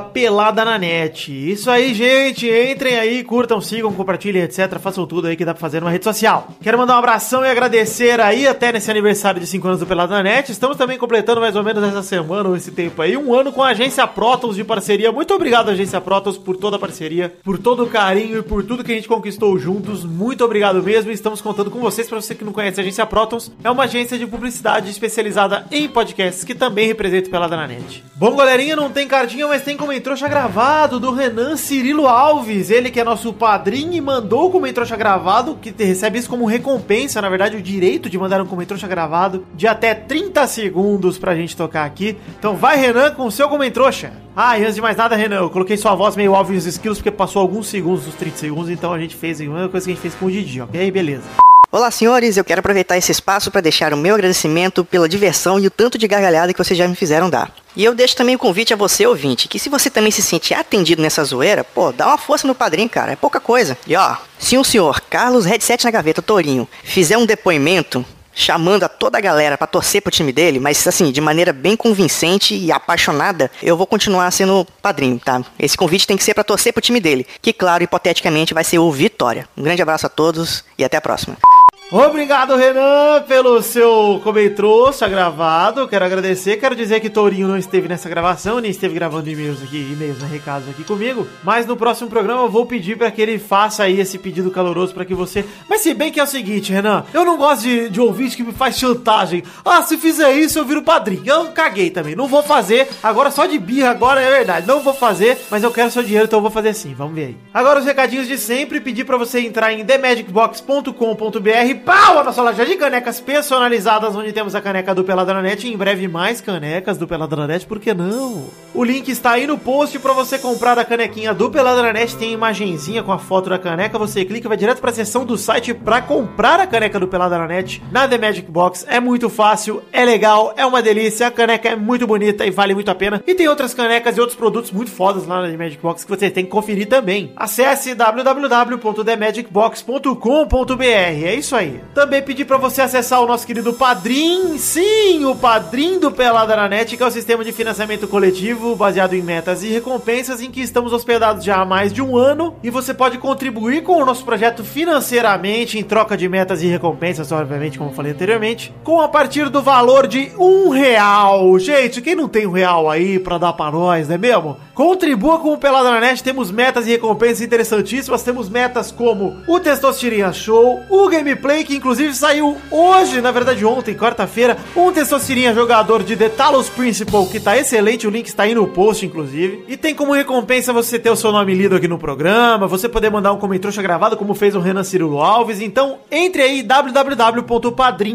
S6: Peladanet. Isso aí, gente. Entrem aí, curtam, sigam, compartilhem, etc. Façam tudo aí que dá pra fazer numa rede social. Quero mandar um abração e agradecer aí até nesse aniversário de 5 anos do Peladanet. Estamos também completando mais ou menos essa semana ou esse tempo aí, um ano com a Agência Prótons de parceria. Muito obrigado, Agência Prótons, por toda a parceria, por todo o carinho e por tudo que a gente conquistou juntos. Muito obrigado mesmo. e Estamos contando com vocês. Para você que não conhece, a Agência Prótons é uma agência de publicidade especializada em podcasts que também representa o Peladanet. Bom, galerinha, não tem cartinha, mas tem como trouxa gravado do Renan Cirilo Alves. Ele que é nosso padrinho e mandou o como trouxa gravado, que te- recebe isso como recompensa, na verdade, o direito de mandar um como trouxa gravado de até 30 segundos pra gente tocar aqui. Então vai, Renan, com o seu como trouxa. Ah, e antes de mais nada, Renan, eu coloquei sua voz meio alvo e os esquilos porque passou alguns segundos dos 30 segundos, então a gente fez a mesma coisa que a gente fez com o Didi, ok? Beleza.
S10: Olá, senhores. Eu quero aproveitar esse espaço para deixar o meu agradecimento pela diversão e o tanto de gargalhada que vocês já me fizeram dar. E eu deixo também o convite a você, ouvinte, que se você também se sente atendido nessa zoeira, pô, dá uma força no padrinho, cara. É pouca coisa. E ó, se um senhor, Carlos Headset na Gaveta Tourinho, fizer um depoimento chamando a toda a galera pra torcer pro time dele, mas assim, de maneira bem convincente e apaixonada, eu vou continuar sendo padrinho, tá? Esse convite tem que ser pra torcer pro time dele, que claro, hipoteticamente vai ser o Vitória. Um grande abraço a todos e até a próxima.
S6: Obrigado, Renan, pelo seu comentrouxa gravado. Quero agradecer. Quero dizer que Tourinho não esteve nessa gravação, nem esteve gravando e-mails aqui, e-mails, né, recados aqui comigo. Mas no próximo programa eu vou pedir pra que ele faça aí esse pedido caloroso pra que você. Mas se bem que é o seguinte, Renan, eu não gosto de, de ouvinte que me faz chantagem. Ah, se fizer isso eu viro padrinho. Eu caguei também. Não vou fazer. Agora só de birra, agora é verdade. Não vou fazer, mas eu quero seu dinheiro, então eu vou fazer sim. Vamos ver aí. Agora os recadinhos de sempre. Pedir pra você entrar em themagicbox.com.br. Pau! A nossa loja de canecas personalizadas, onde temos a caneca do Peladranet. E em breve mais canecas do Peladranet, por que não? O link está aí no post pra você comprar a canequinha do Peladranet. Tem a imagenzinha com a foto da caneca. Você clica e vai direto pra seção do site pra comprar a caneca do Peladranet na The Magic Box. É muito fácil, é legal, é uma delícia. A caneca é muito bonita e vale muito a pena. E tem outras canecas e outros produtos muito fodas lá na The Magic Box que você tem que conferir também. Acesse www.themagicbox.com.br. É isso aí. Também pedi pra você acessar o nosso querido Padrim. Sim, o Padrim do Pelada na Net, que é o sistema de financiamento coletivo baseado em metas e recompensas em que estamos hospedados já há mais de um ano. E você pode contribuir com o nosso projeto financeiramente em troca de metas e recompensas, obviamente, como eu falei anteriormente, com a partir do valor de um real. Gente, quem não tem um real aí pra dar pra nós, não é mesmo? Contribua com o Pelada na Net, temos metas e recompensas interessantíssimas. Temos metas como o Testostirinha Show, o gameplay que inclusive saiu hoje, na verdade ontem, quarta-feira, um Testostirinha jogador de The Talos Principal, que tá excelente, o link está aí no post, inclusive. E tem como recompensa você ter o seu nome lido aqui no programa, você poder mandar um comentário gravado, como fez o Renan Cirulo Alves. Então, entre aí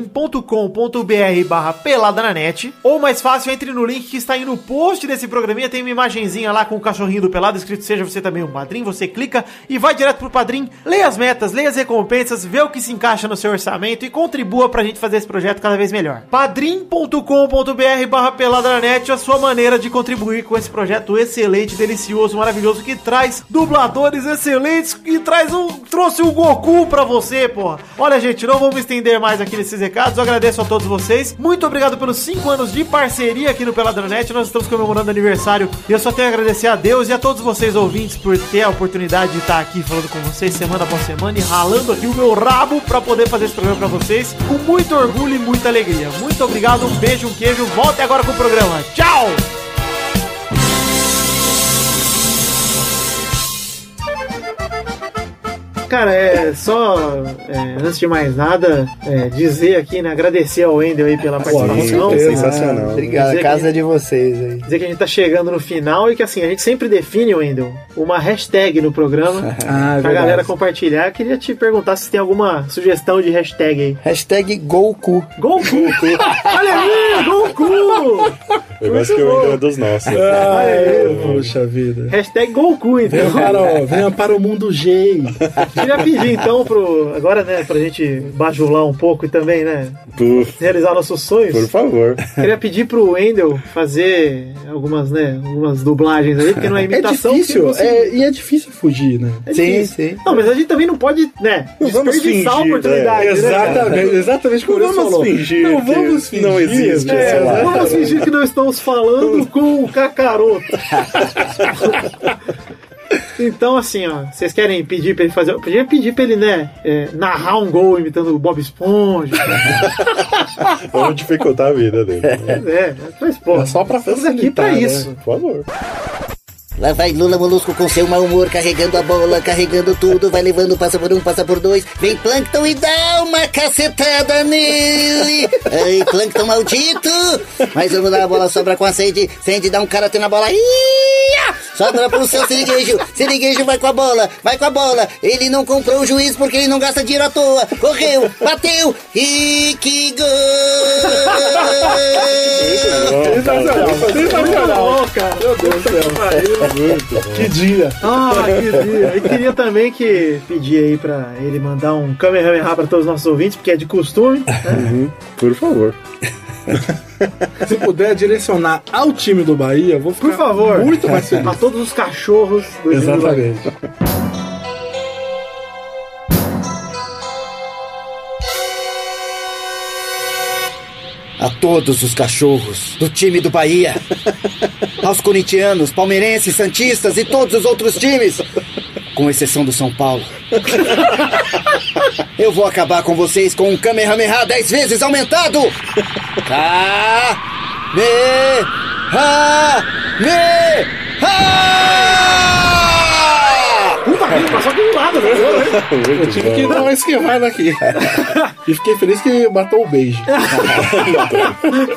S6: www.padrim.com.br barra pelada na net, ou mais fácil, entre no link que está aí no post desse programinha, tem uma imagenzinha lá com o cachorrinho do pelado, escrito seja você também um padrinho, você clica e vai direto pro padrinho, lê as metas, lê as recompensas, vê o que se encaixa no seu orçamento e contribua pra gente fazer esse projeto cada vez melhor. padrim.com.br barra peladranet, a sua maneira de contribuir com esse projeto excelente, delicioso, maravilhoso, que traz dubladores excelentes e traz um, trouxe o Goku pra você, porra. Olha, gente, não vamos estender mais aqui nesses recados, eu agradeço a todos vocês, muito obrigado pelos 5 anos de parceria aqui no Peladranet, nós estamos comemorando aniversário e eu só tenho a agradecer a Deus e a todos vocês ouvintes por ter a oportunidade de estar aqui falando com vocês semana após semana e ralando aqui o meu rabo pra poder fazer esse programa pra vocês com muito orgulho e muita alegria. Muito obrigado, um beijo, um queijo. Volte agora com o programa. Tchau!
S7: Cara, é só, é, antes de mais nada, é, dizer aqui, né, agradecer ao Wendel aí pela participação.
S5: certeza. sensacional.
S11: Obrigado,
S7: Dizer
S11: a casa é de vocês aí.
S7: Dizer que a gente tá chegando no final e que assim, a gente sempre define, Wendel, uma hashtag no programa
S4: Ah, é
S7: pra galera
S4: verdade.
S7: compartilhar. Queria te perguntar se tem alguma sugestão de hashtag aí.
S11: Hashtag Goku.
S7: Goku! Olha aí, Goku!
S5: Eu gosto que o Wendel é dos nossos.
S7: Ah, é
S4: Aê, puxa Ah, vida.
S7: Hashtag Goku, então.
S4: Venha para, o- venha para o mundo G.
S7: Queria pedir então pro. Agora, né, pra gente bajular um pouco e também, né?
S5: Por,
S7: Realizar nossos sonhos.
S5: por favor.
S7: Queria pedir pro Wendel fazer algumas, né? Algumas dublagens aí, porque não é
S4: É
S7: imitação.
S4: difícil,
S7: porque não se-
S4: é- e é difícil fugir, né?
S7: é
S11: Sim,
S7: difícil.
S11: sim.
S7: Não, mas a gente também não pode, né?
S5: Não vamos
S7: Desperdiçar a
S5: fingir,
S7: oportunidade. né, cara?
S4: Exatamente, exatamente como
S5: Não
S4: ele
S5: vamos
S4: falou.
S5: fingir
S4: Não
S5: que
S4: vamos fingir.
S5: não existe
S4: né?
S5: esse lado.
S7: Vamos fingir que não estamos falando com o cacaroto.
S4: Tá
S7: Então, assim, ó, vocês querem pedir pra ele fazer. Eu podia pedir pra ele, né? é, narrar um gol imitando o Bob Esponja.
S5: Vamos dificultar a vida dele.
S7: é, mas, pô,
S4: É só pra
S7: estamos aqui
S4: facilitar,
S7: pra
S4: né?
S7: isso.
S5: Por favor.
S12: Lá vai Lula Molusco com seu mau humor, carregando a bola, carregando tudo, vai levando, passa por um, passa por dois, vem Plankton e dá uma cacetada nele! Ai, Plankton maldito! Mas vamos lá, a bola sobra com a Sandy, Sandy dá um karatê na bola, ia! Sobra pro seu Sirigueijo, Sirigueijo vai com a bola, vai com a bola, ele não comprou o juiz porque ele não gasta dinheiro à toa, correu, bateu, e que gol!
S7: tá
S4: tá Sensacional, sensacional. Meu Deus do céu. Que dia.
S7: Ah, que dia. E queria também que pedir aí pra ele mandar um Kamehameha pra todos os nossos ouvintes, porque é de costume.
S5: Uhum. Por favor.
S4: Se puder direcionar ao time do Bahia, vou ficar
S7: Por favor.
S4: muito mais feliz.
S7: A todos os cachorros do time do Bahia.
S4: Exatamente.
S12: a todos os cachorros do time do Bahia, aos corintianos, palmeirenses, santistas e todos os outros times, com exceção do São Paulo. Eu vou acabar com vocês com um Kamehameha 10 vezes aumentado! Ka... Me... Ha... Me... Ha!
S6: Um barril passou de um lado, né?
S4: Eu tive que dar uma esquivada aqui. e fiquei feliz que matou o beijo.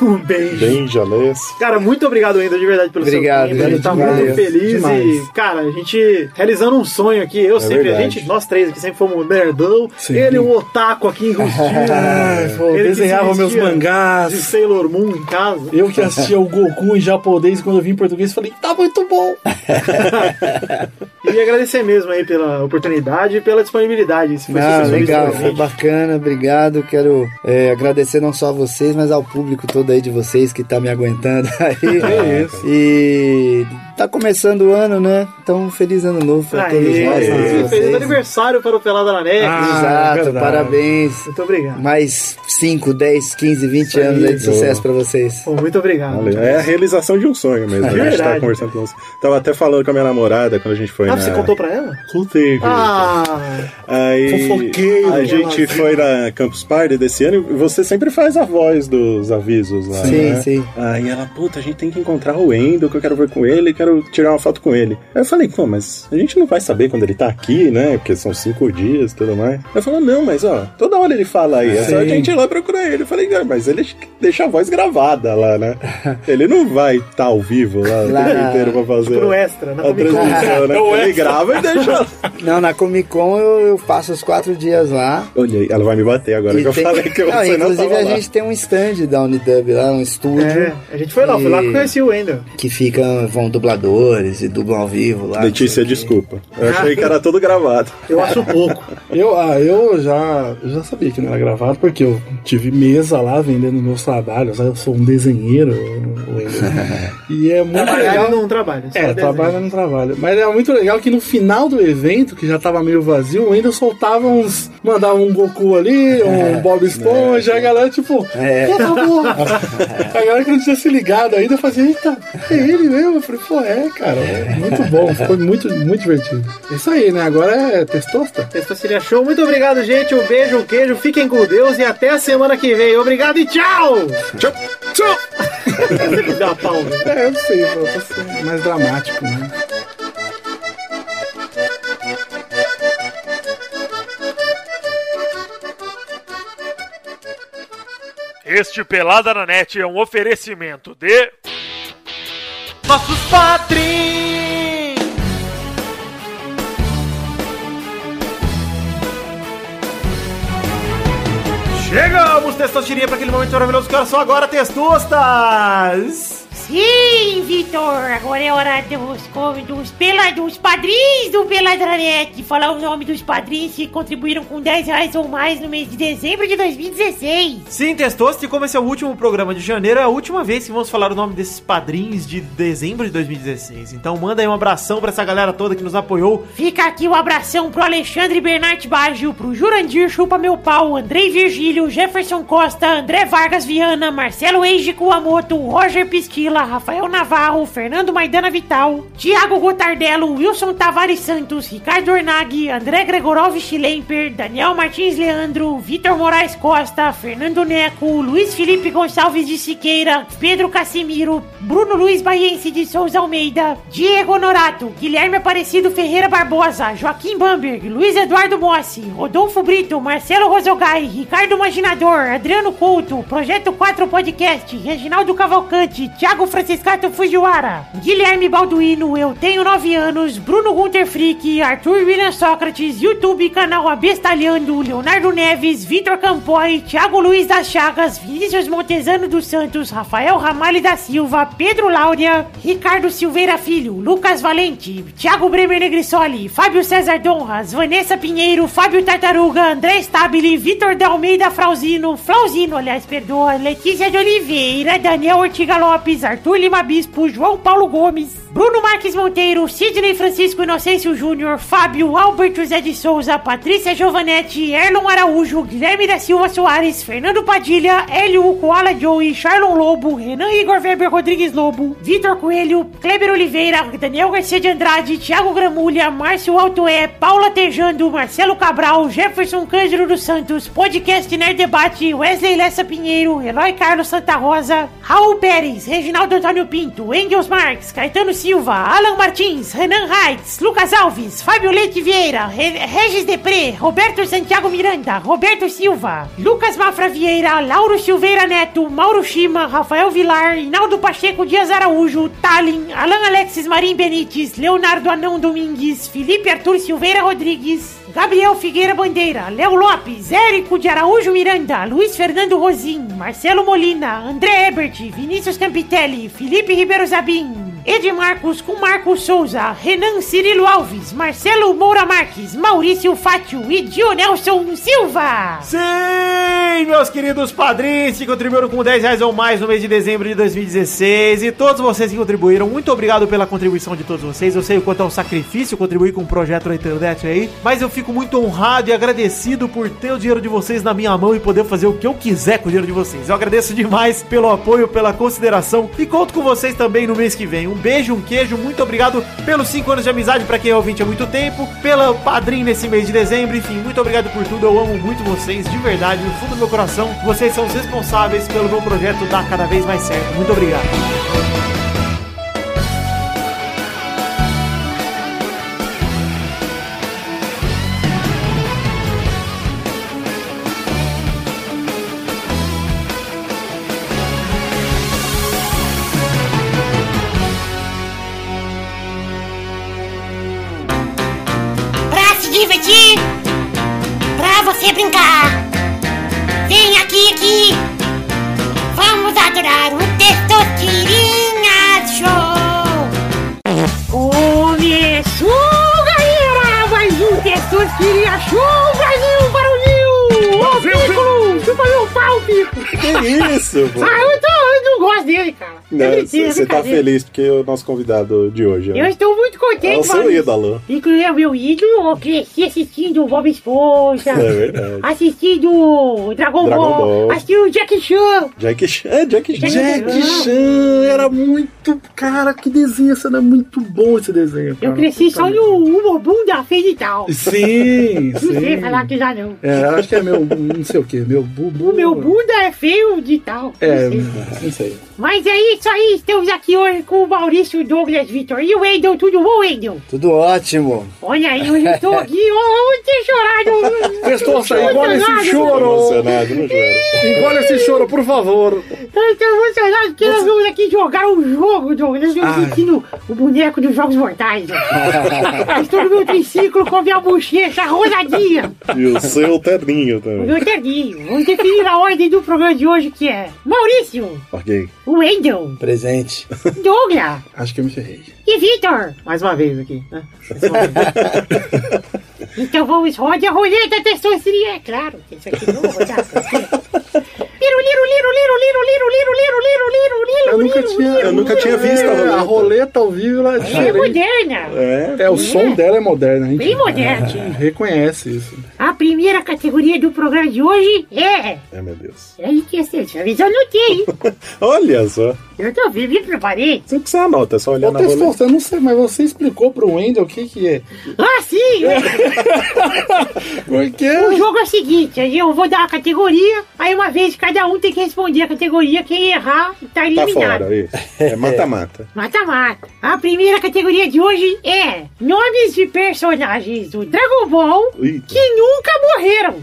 S6: Um beijo.
S5: Bem jalês.
S6: Cara, muito obrigado ainda, de verdade, pelo
S7: Obrigado,
S6: seu tempo. A gente tá
S7: gente, valeu.
S6: muito feliz
S4: Demais. É
S6: e, cara, a gente realizando um sonho aqui. Eu sempre, a
S5: verdade.
S6: gente, nós três aqui sempre fomos nerdão.
S4: Sim.
S6: Ele, um otaku aqui em Rostinho.
S4: Ai, pô,
S6: Ele que
S4: desenhava
S6: se
S4: meus
S6: vestia
S4: mangás.
S6: de Sailor Moon em casa.
S4: Eu que assistia o Goku em japonês e quando eu vim em português, falei, tá muito bom.
S6: E agradecer mesmo aí pela oportunidade e pela disponibilidade. Isso foi
S7: Não, legal,
S6: super solícito pra
S7: foi
S6: gente.
S7: bacana, obrigado. Quero é, agradecer não só a vocês, mas ao público todo aí de vocês que tá me aguentando aí. É isso. E tá começando o ano, né? Então, feliz ano novo pra todos
S6: Aê,
S7: nós. todos
S6: Feliz
S7: vocês.
S6: aniversário para o Pelada na Net.
S4: Ah,
S7: Exato,
S4: verdade.
S7: parabéns.
S6: é Muito obrigado.
S7: Mais 5, 10, 15, 20 anos aí de sucesso pra vocês.
S6: Pô, muito
S7: Ah,
S6: obrigado.
S5: Valeu. É a realização de um sonho mesmo. a gente
S6: Verdade.
S5: tá conversando com você. Tava até falando com a minha namorada quando a gente foi
S6: Ah,
S5: na...
S6: você contou pra ela?
S5: Contei. querido.
S6: Ah,
S5: Aí
S4: Fofoqueiro.
S5: a gente foi na Campus Party desse ano e você sempre faz a voz dos avisos lá,
S7: Sim,
S5: né?
S7: sim.
S5: Aí ela, puta, a gente tem que encontrar o Wendel, que eu quero ver com ele, quero tirar uma foto com ele. Aí eu falei, pô, mas a gente não vai saber quando ele tá aqui, né? Porque são cinco dias e tudo mais. Eu falei, não, mas ó, toda hora ele fala aí, é só a
S4: Sim.
S5: gente ir lá procurar ele. Eu falei, ah, mas ele deixa a voz gravada lá, né? Ele não vai estar ao vivo lá o
S7: Lá
S5: tempo
S7: na-
S5: inteiro pra fazer.
S6: pro Tipo extra,
S5: a
S6: na Comic Con.
S5: transmissão, né? Ele grava e deixa lá.
S7: Não, na Comic Con eu, eu passo os quatro dias lá.
S5: Olha aí, ela vai me bater agora
S7: E
S5: que eu
S7: tem-
S5: falei que eu
S7: Não,
S5: você não
S7: Inclusive,
S5: tava
S7: a
S5: lá.
S7: gente tem um stand da Unidub lá, um estúdio.
S6: É, a gente foi lá, foi lá que
S7: E-
S6: conheci o Wendel.
S7: que ficam, vão dubladores e dublam ao vivo lá.
S5: Letícia, desculpa. Eu achei que era tudo gravado.
S6: Eu acho pouco.
S4: Eu, ah, eu já, eu já sabia que não era gravado, porque eu tive mesa lá vendendo meus trabalhos. Eu sou um desenheiro. eu- eu- e é muito
S6: Trabalhar
S4: legal.
S6: não trabalha. só
S4: É,
S6: desenha.
S4: trabalha no trabalho. Mas era muito legal que no final do evento, que já tava meio vazio, o Wendel soltava uns. Mandava um Goku ali, um Bob Esponja, a galera tipo.
S7: É.
S4: Pô, tá bom. a galera que não tinha se ligado ainda fazia, eita, é ele mesmo. Eu falei, pô, é, cara. Muito bom, ficou muito, muito divertido. Isso aí, né? Agora é testosta.
S6: Esse seria show. Muito obrigado, gente. Um beijo, um queijo. Fiquem com Deus e até a semana que vem. Obrigado e tchau!
S5: Tchau, tchau.
S6: Me dá uma palma.
S4: É, eu sei, eu tô sendo mais dramático, né?
S1: Este Pelada na Net é um oferecimento de.
S13: Nossos padrinhos! Chegamos, testosterinha, para aquele momento maravilhoso que era só agora, testostas!
S14: Sim, Vitor, agora é hora dos, co- dos, pela, dos padrinhos do Peladranete. Falar o nome dos padrinhos que contribuíram com 10 reais ou mais no mês de dezembro de 2016.
S13: Sim, Testosta, e como esse é o último programa de janeiro, é a última vez que vamos falar o nome desses padrinhos de dezembro de 2016. Então manda aí um abração pra essa galera toda que nos apoiou.
S14: Fica aqui o abração pro Alexandre Bernard Baggio, pro Jurandir Chupa Meu Pau, Andrei Virgílio, Jefferson Costa, André Vargas Viana, Marcelo Eiji Kuamoto, Roger Pisquila, Rafael Navarro, Fernando Maidana Vital, Thiago Gotardello, Wilson Tavares Santos, Ricardo Ornaghi, André Gregorov Schlemper, Daniel Martins Leandro, Vitor Moraes Costa, Fernando Neco, Luiz Felipe Gonçalves de Siqueira, Pedro Casimiro, Bruno Luiz Baiense de Souza Almeida, Diego Honorato, Guilherme Aparecido Ferreira Barbosa, Joaquim Bamberg, Luiz Eduardo Mossi, Rodolfo Brito, Marcelo Rosogai, Ricardo Maginador, Adriano Couto, Projeto 4 Podcast, Reginaldo Cavalcante, Thiago Franciscato Fujiwara, Guilherme Balduino, Eu Tenho 9 Anos, Bruno Gunter Frick, Arthur William Sócrates, YouTube, canal Abestalhando, Leonardo Neves, Vitor Campoy, Thiago Luiz das Chagas, Vinícius Montezano dos Santos, Rafael Ramalho da Silva, Pedro Láurea, Ricardo Silveira Filho, Lucas Valente, Thiago Bremer Negrisoli, Fábio César Donras, Vanessa Pinheiro, Fábio Tartaruga, André Stabile, Vitor de Almeida Frauzino, Frauzino, aliás, perdoa, Letícia de Oliveira, Daniel Ortiga Lopes, Arthur Lima Bispo, João Paulo Gomes, Bruno Marques Monteiro, Sidney Francisco Inocêncio Júnior, Fábio, Alberto José de Souza, Patrícia Giovanetti, Erlon Araújo, Guilherme da Silva Soares, Fernando Padilha, Hélio Koala Joey, Charlon Lobo, Renan Igor Weber Rodrigues Lobo, Vitor Coelho, Kleber Oliveira, Daniel Garcia de Andrade, Thiago Gramulha, Márcio Altoé, Paula Tejando, Marcelo Cabral, Jefferson Cândido dos Santos, Podcast Nerd Debate, Wesley Lessa Pinheiro, Eloy Carlos Santa Rosa, Raul Pérez, Reginaldo Antônio Pinto, Engels Marques, Caetano Silva, Alan Martins, Renan Reitz, Lucas Alves, Fábio Leite Vieira, Re- Regis Depré, Roberto Santiago Miranda, Roberto Silva, Lucas Mafra Vieira, Lauro Silveira Neto, Mauro Shima, Rafael Vilar, Inaldo Pacheco Dias Araújo, Tallin, Alan Alexis Marim Benites, Leonardo Anão Domingues, Felipe Arthur Silveira Rodrigues, Gabriel Figueira Bandeira, Léo Lopes, Érico de Araújo Miranda, Luiz Fernando Rosim, Marcelo Molina, André Ebert, Vinícius Campitelli, Felipe Ribeiro Zabim, Edmarcos com Marcos Souza, Renan Cirilo Alves, Marcelo Moura Marques, Maurício Fátio e Dionelson Silva.
S13: Sim, meus queridos padrinhos que contribuíram com 10 reais ou mais no mês de dezembro de 2016 e todos vocês que contribuíram, muito obrigado pela contribuição de todos vocês. Eu sei o quanto é um sacrifício contribuir com um projeto na internet aí, mas eu fico muito honrado e agradecido por ter o dinheiro de vocês na minha mão e poder fazer o que eu quiser com o dinheiro de vocês. Eu agradeço demais pelo apoio, pela consideração e conto com vocês também no mês que vem. Um beijo, um queijo, muito obrigado pelos 5 anos de amizade pra quem é ouvinte há muito tempo, pela padrinho nesse mês de dezembro, enfim, muito obrigado por tudo. Eu amo muito vocês, de verdade, no fundo do meu coração, vocês são os responsáveis pelo meu projeto dar cada vez mais certo. Muito obrigado.
S14: Pra se divertir, pra você brincar. Vem aqui, aqui. Vamos adorar o Testosterinha Show. Começou, galera, mais um Testosterinha Show Brasil, barulhinho. Ô, Piccolo, chupa meu pau, Piccolo.
S5: Que isso, pô?
S14: Ah, eu, tô, eu não gosto dele, cara. É
S5: Não,
S14: mentira,
S5: Você tá
S14: brincadeira.
S5: feliz porque o nosso convidado de hoje
S14: Eu
S5: é,
S14: estou muito
S5: é o
S14: contente,
S5: seu
S14: mano.
S5: ídolo.
S14: Inclusive, é meu ídolo, eu cresci assistindo o Bob Esponja,
S5: É verdade.
S14: assistindo o Dragon,
S5: Dragon
S14: Ball,
S5: Ball.
S14: assistindo o Jack Chan.
S5: Jack Chan. É, Jack Chan.
S4: Jack Chan era muito. Cara, que desenho! Esse era muito bom esse desenho.
S14: Eu
S4: cara.
S14: cresci
S4: Puta
S14: só
S4: merda.
S14: no Humor Bunda Fez e tal. Não
S4: Sim,
S14: sei
S4: sim.
S14: falar que já não.
S4: É, acho que é meu. Não sei o que, meu bubu.
S14: O meu bunda é feio de tal.
S4: É,
S14: Não sei.
S4: não sei.
S14: Mas é isso aí, estamos aqui hoje com o Maurício, Douglas, Vitor e o Wendel. Tudo bom, Wendel?
S7: Tudo ótimo.
S14: Olha aí, hoje eu estou aqui, ó, eu ter chorado.
S4: Testosta, engole esse choro!
S5: Emocionado, não chora.
S4: Engole esse choro, por favor!
S14: Eu tô emocionado porque nós vamos aqui jogar um jogo, Douglas. Eu estou sentindo o boneco dos Jogos Mortais. Eu estou no meu triciclo com a minha bochecha rosadinha.
S5: E o seu terninho
S14: O
S5: também.
S14: meu tadinho. Vamos definir a ordem do programa de hoje que é Maurício,
S5: Ok.
S14: Wendel,
S7: Um Presente.
S14: Douglas
S4: Acho que eu me ferrei.
S14: e Vitor.
S13: Mais uma vez aqui, né?
S14: Então vamos, rode a roleta testosteria, é claro. que Isso aqui não vou rodar. Liro, liro, liro, liro, liro, liro, liro, liro, liro, liro, liro,
S4: Eu nunca
S14: liro,
S4: tinha.
S14: liro.
S5: eu nunca tinha visto a
S4: É,
S5: roleta.
S4: a roleta ao vivo ela é
S14: É
S4: diferente.
S14: moderna,
S5: É,
S4: É, o som dela é moderno, a gente
S14: bem moderna.
S4: reconhece isso.
S14: A primeira categoria do programa de hoje é.
S5: é, meu Deus.
S14: Peraí, que essa essa vez eu anotei, hein?
S5: Olha só.
S14: Eu tô vivo e preparei.
S5: Você não precisa anotar, é só olhar
S4: Ô,
S5: na roleta.
S4: Testosta, eu não sei, mas você explicou pro Wendel o que que é.
S14: Ah, sim!
S4: Por
S14: O
S4: quê?
S14: jogo é o seguinte, aí eu vou dar a categoria, aí uma vez cada um tem que responder a categoria, quem errar tá
S5: Tá
S14: eliminado.
S5: fora, isso. É mata-mata.
S14: Mata-mata. A primeira categoria de hoje é nomes de personagens do Dragon Ball
S5: Ih,
S14: que nunca morreram.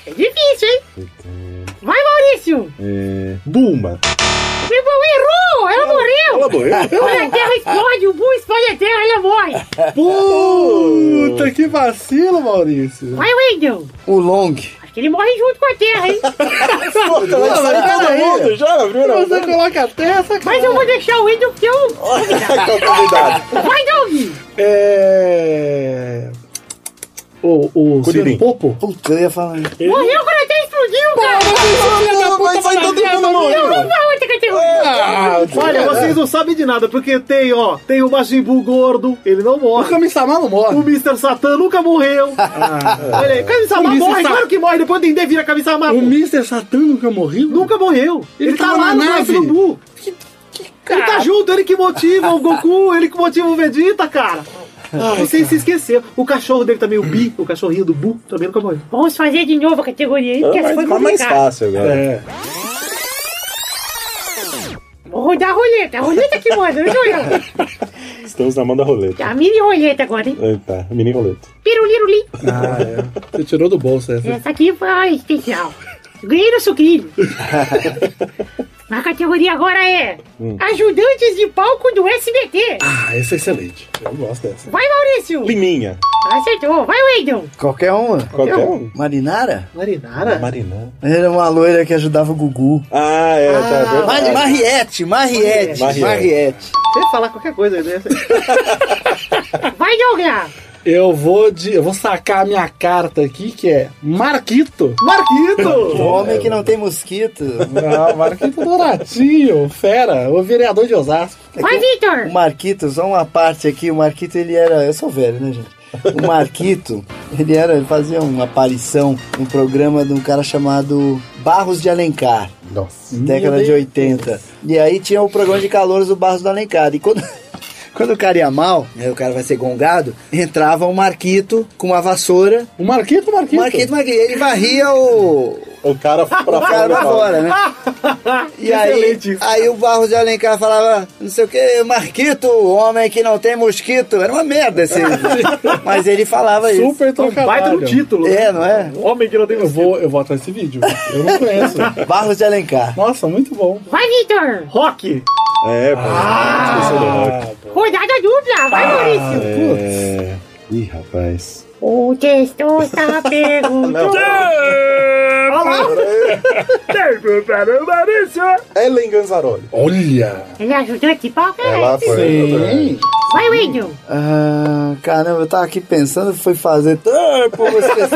S14: é difícil, hein? Vai, Maurício!
S5: é... Bulma.
S14: Meu irmão errou! Tipo, Ela morreu!
S5: Ela morreu?
S14: Olha, a terra explode, o Buu explode a terra e ela morre!
S4: Puta, que vacilo, Maurício.
S14: Vai, Wendel!
S7: O Long.
S14: Acho que ele morre junto com a terra, hein?
S5: Puta, vai sair todo mundo já na primeira
S4: Você
S5: rodada.
S4: coloca a terça,
S14: Mas eu vou deixar o Wendel porque eu...
S5: Tá Cuidado.
S14: Vai, Doug!
S4: É. O, o
S5: Kuririn.
S4: Popo?
S7: Puta, eu ia falar.
S14: Morreu quando até explodiu, cara!
S5: é
S7: Vai todo mundo
S14: Então
S7: morrer.
S14: vamos pra outra 51. Ah,
S5: tá,
S6: Olha, vocês não sabem de nada, porque tem, ó, tem o Majin Buu gordo, ele não
S4: O
S6: morre.
S4: Kami-sama não morre. Ah.
S6: O Mr. Satan nunca morreu. Olha aí,
S4: O
S6: Kami-sama
S4: Mr.
S6: morre,
S4: Sa-
S6: claro que morre, depois do Dendê vira Kami-sama.
S4: O Mr. Satan nunca morreu?
S6: Nunca morreu. Ele,
S4: Ele
S6: tá,
S4: tava
S6: lá no
S4: na
S6: braço
S4: nave.
S6: do Buu. Ele tá junto, ele que motiva o Goku, ele que motiva o Vegeta, cara. Vocês se esqueceram. O cachorro dele também, o Bi, o cachorrinho do Bu, também nunca morreu.
S14: Vamos fazer de novo a categoria aí, porque essa foi
S5: Ah, Mas, mas mais
S14: complicada.
S5: fácil agora.
S4: É.
S14: Vou rodar a roleta. A roleta que manda, viu, Joel?
S5: Estamos na mão da roleta.
S14: Tá, mini roleta agora, hein?
S5: Eita, mini roleta.
S14: Pirulirulim.
S4: Ah, é. Você tirou do bolso essa.
S14: Essa aqui foi a especial. Ganhei no sucrilho. A categoria agora é
S7: Hum.
S14: Ajudantes de Palco do SBT.
S4: Ah, essa é excelente. Eu gosto dessa.
S14: Vai, Maurício.
S5: Liminha.
S14: Acertou. Vai, Wendel.
S7: Qualquer uma.
S5: Qualquer um.
S7: Marinara?
S6: Marinara?
S5: Marinã.
S7: Era uma loira que ajudava o Gugu.
S5: Ah, é, tá verdade.
S7: Mar Mariette, Mariette,
S5: Mariette.
S7: Mariette.
S6: Você ia falar qualquer coisa, né?
S14: Vai, Douglas.
S4: Eu vou de. Eu vou sacar a minha carta aqui, que é Marquito.
S7: O
S6: Marquito!
S7: homem que não tem mosquito.
S4: Ah, Marquito Douratinho, fera, o vereador de Osasco.
S14: Vai, Vitor.
S7: É O Marquito, só uma parte aqui, o Marquito ele era. Eu sou velho, né, gente? O Marquito, ele era, ele fazia uma aparição num programa de um cara chamado Barros de Alencar,
S5: Nossa.
S7: década de 80. E aí tinha o programa de calores do Barros do Alencar. E quando. Quando o cara ia mal, né, o cara vai ser gongado, entrava um Marquito com uma vassoura.
S4: O Marquito, o Marquito.
S7: Marquito, Marquito, ele varria o,
S5: O cara pra
S7: o cara pra
S5: fora.
S7: fora, né? E aí,
S6: Excelente isso.
S7: aí o Barros de Alencar falava, não sei o que, Marquito, o homem que não tem mosquito. Era uma merda esse. Mas ele falava isso.
S4: Super
S6: Um
S4: trocadilho.
S6: baita no título. né?
S7: É, não é?
S6: Homem que não tem
S4: Eu vou, eu vou atrás desse vídeo. Eu não conheço.
S7: Barros de Alencar.
S4: Nossa, muito bom. Ah,
S14: Vai, Vitor.
S6: Rock!
S5: É, pô. Esqueceu do rock.
S14: Rodada dupla. Vai,
S7: Ah.
S4: Ah,
S14: Maurício.
S5: É. Ih, rapaz.
S14: O texto está perguntando.
S5: é. Ellen Ganzaroli.
S4: Olha!
S14: Ele é ajudante de palco? é?
S5: Ela foi.
S4: Sim.
S14: Vai, Wendel.
S7: Ah, caramba, eu tava aqui pensando, fui fazer tempo. eu esqueci.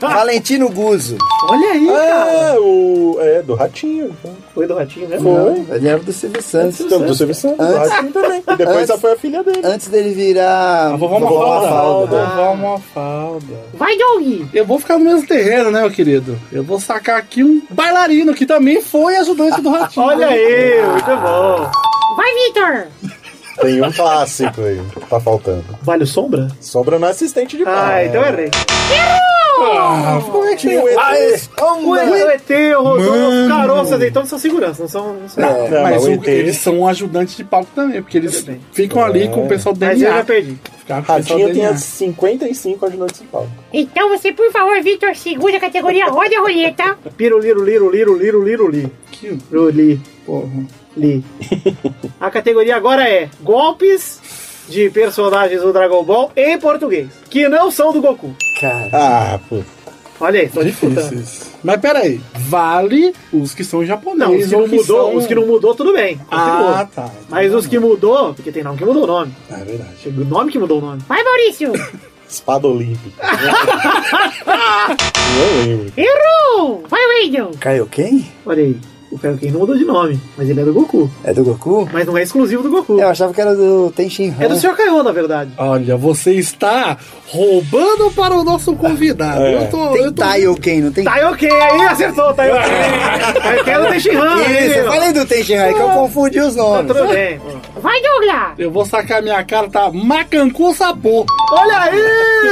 S7: Valentino Guzzo. Ah,
S6: Olha aí, cara!
S5: É, o. É, do Ratinho.
S6: Foi do ratinho, né?
S5: Foi.
S7: Ele era do Silvio
S6: Tá
S7: Santos.
S5: Do, do Silvio Santos, do
S7: Antes-
S5: Ratinho também. E depois
S7: Antes-
S5: ela foi a filha dele.
S7: Antes dele virar.
S6: Ah,
S4: A vovó
S7: Vovó
S4: Mafalda.
S7: Mafalda.
S4: Vovó Mafalda.
S14: Vai, Doug.
S4: Eu vou ficar no mesmo terreno, né, meu querido? Eu vou sacar aqui um bailarino que também foi ajudante do Ratinho.
S6: Olha aí, muito bom.
S14: Vai, Vitor.
S5: Tem um clássico aí. Tá faltando.
S6: Vale o sombra?
S5: Sobra no assistente de palco.
S6: Ah, então errei.
S4: Ah,
S5: Como é que o ET?
S6: O ET, o Rodolfo, caroço, azeitona são segurança, não são. Não são.
S7: É.
S5: Não,
S4: Mas
S5: mas o
S4: o-
S5: ET.
S4: eles são ajudantes de palco também, porque eles
S6: Tudo bem.
S4: ficam ali com o pessoal do
S6: Mas eu
S5: é
S4: DNA.
S6: já perdi.
S4: Ficar com o pessoal do
S5: Ratinho
S4: DNA.
S5: tinha 55 ajudantes de palco.
S14: Então você, por favor, Vitor, segura a categoria. Roda a roleta.
S6: Piruliro, liro, liro, liro, liro, li.
S4: Que
S6: Piruli,
S4: porra.
S6: li. A categoria agora é golpes de personagens do Dragon Ball em português, que não são do Goku.
S7: Cara.
S5: Ah, pô.
S6: Olha aí, tô disputando.
S4: Difíceis. Mas peraí, vale os que são
S6: Não, os
S4: japoneses
S6: que não
S4: ou que
S6: mudou,
S4: são...
S6: os que não mudou, tudo bem. Continuou.
S4: Ah, tá.
S6: Mas os que mudou, porque tem nome que mudou o nome.
S4: Ah, É verdade.
S6: O nome que mudou o nome.
S14: Vai, Maurício.
S5: Espada olímpica. Não lembro.
S14: Errou. Vai, Wendel.
S7: Kaioken?
S6: Olha aí. O Kaioken não mudou de nome, mas ele é do Goku.
S7: É do Goku?
S6: Mas não é exclusivo do Goku.
S7: Eu achava que era do Tenshin Han.
S6: É do Sr. Kaiô, na verdade.
S4: Olha, você está roubando para o nosso convidado.
S5: É.
S4: Eu tô, eu
S7: Tem
S4: tô...
S7: Taioken, não tem?
S6: Taioken, aí acertou, Taioken. Taioken é não tem Shinhan,
S7: Isso, eu
S6: né?
S7: falei do Tenshin Han, é que eu confundi os nomes.
S6: Tá Tudo bem.
S14: Vai, Douglas.
S4: Eu vou sacar minha carta Macancu Sapô.
S6: Olha aí!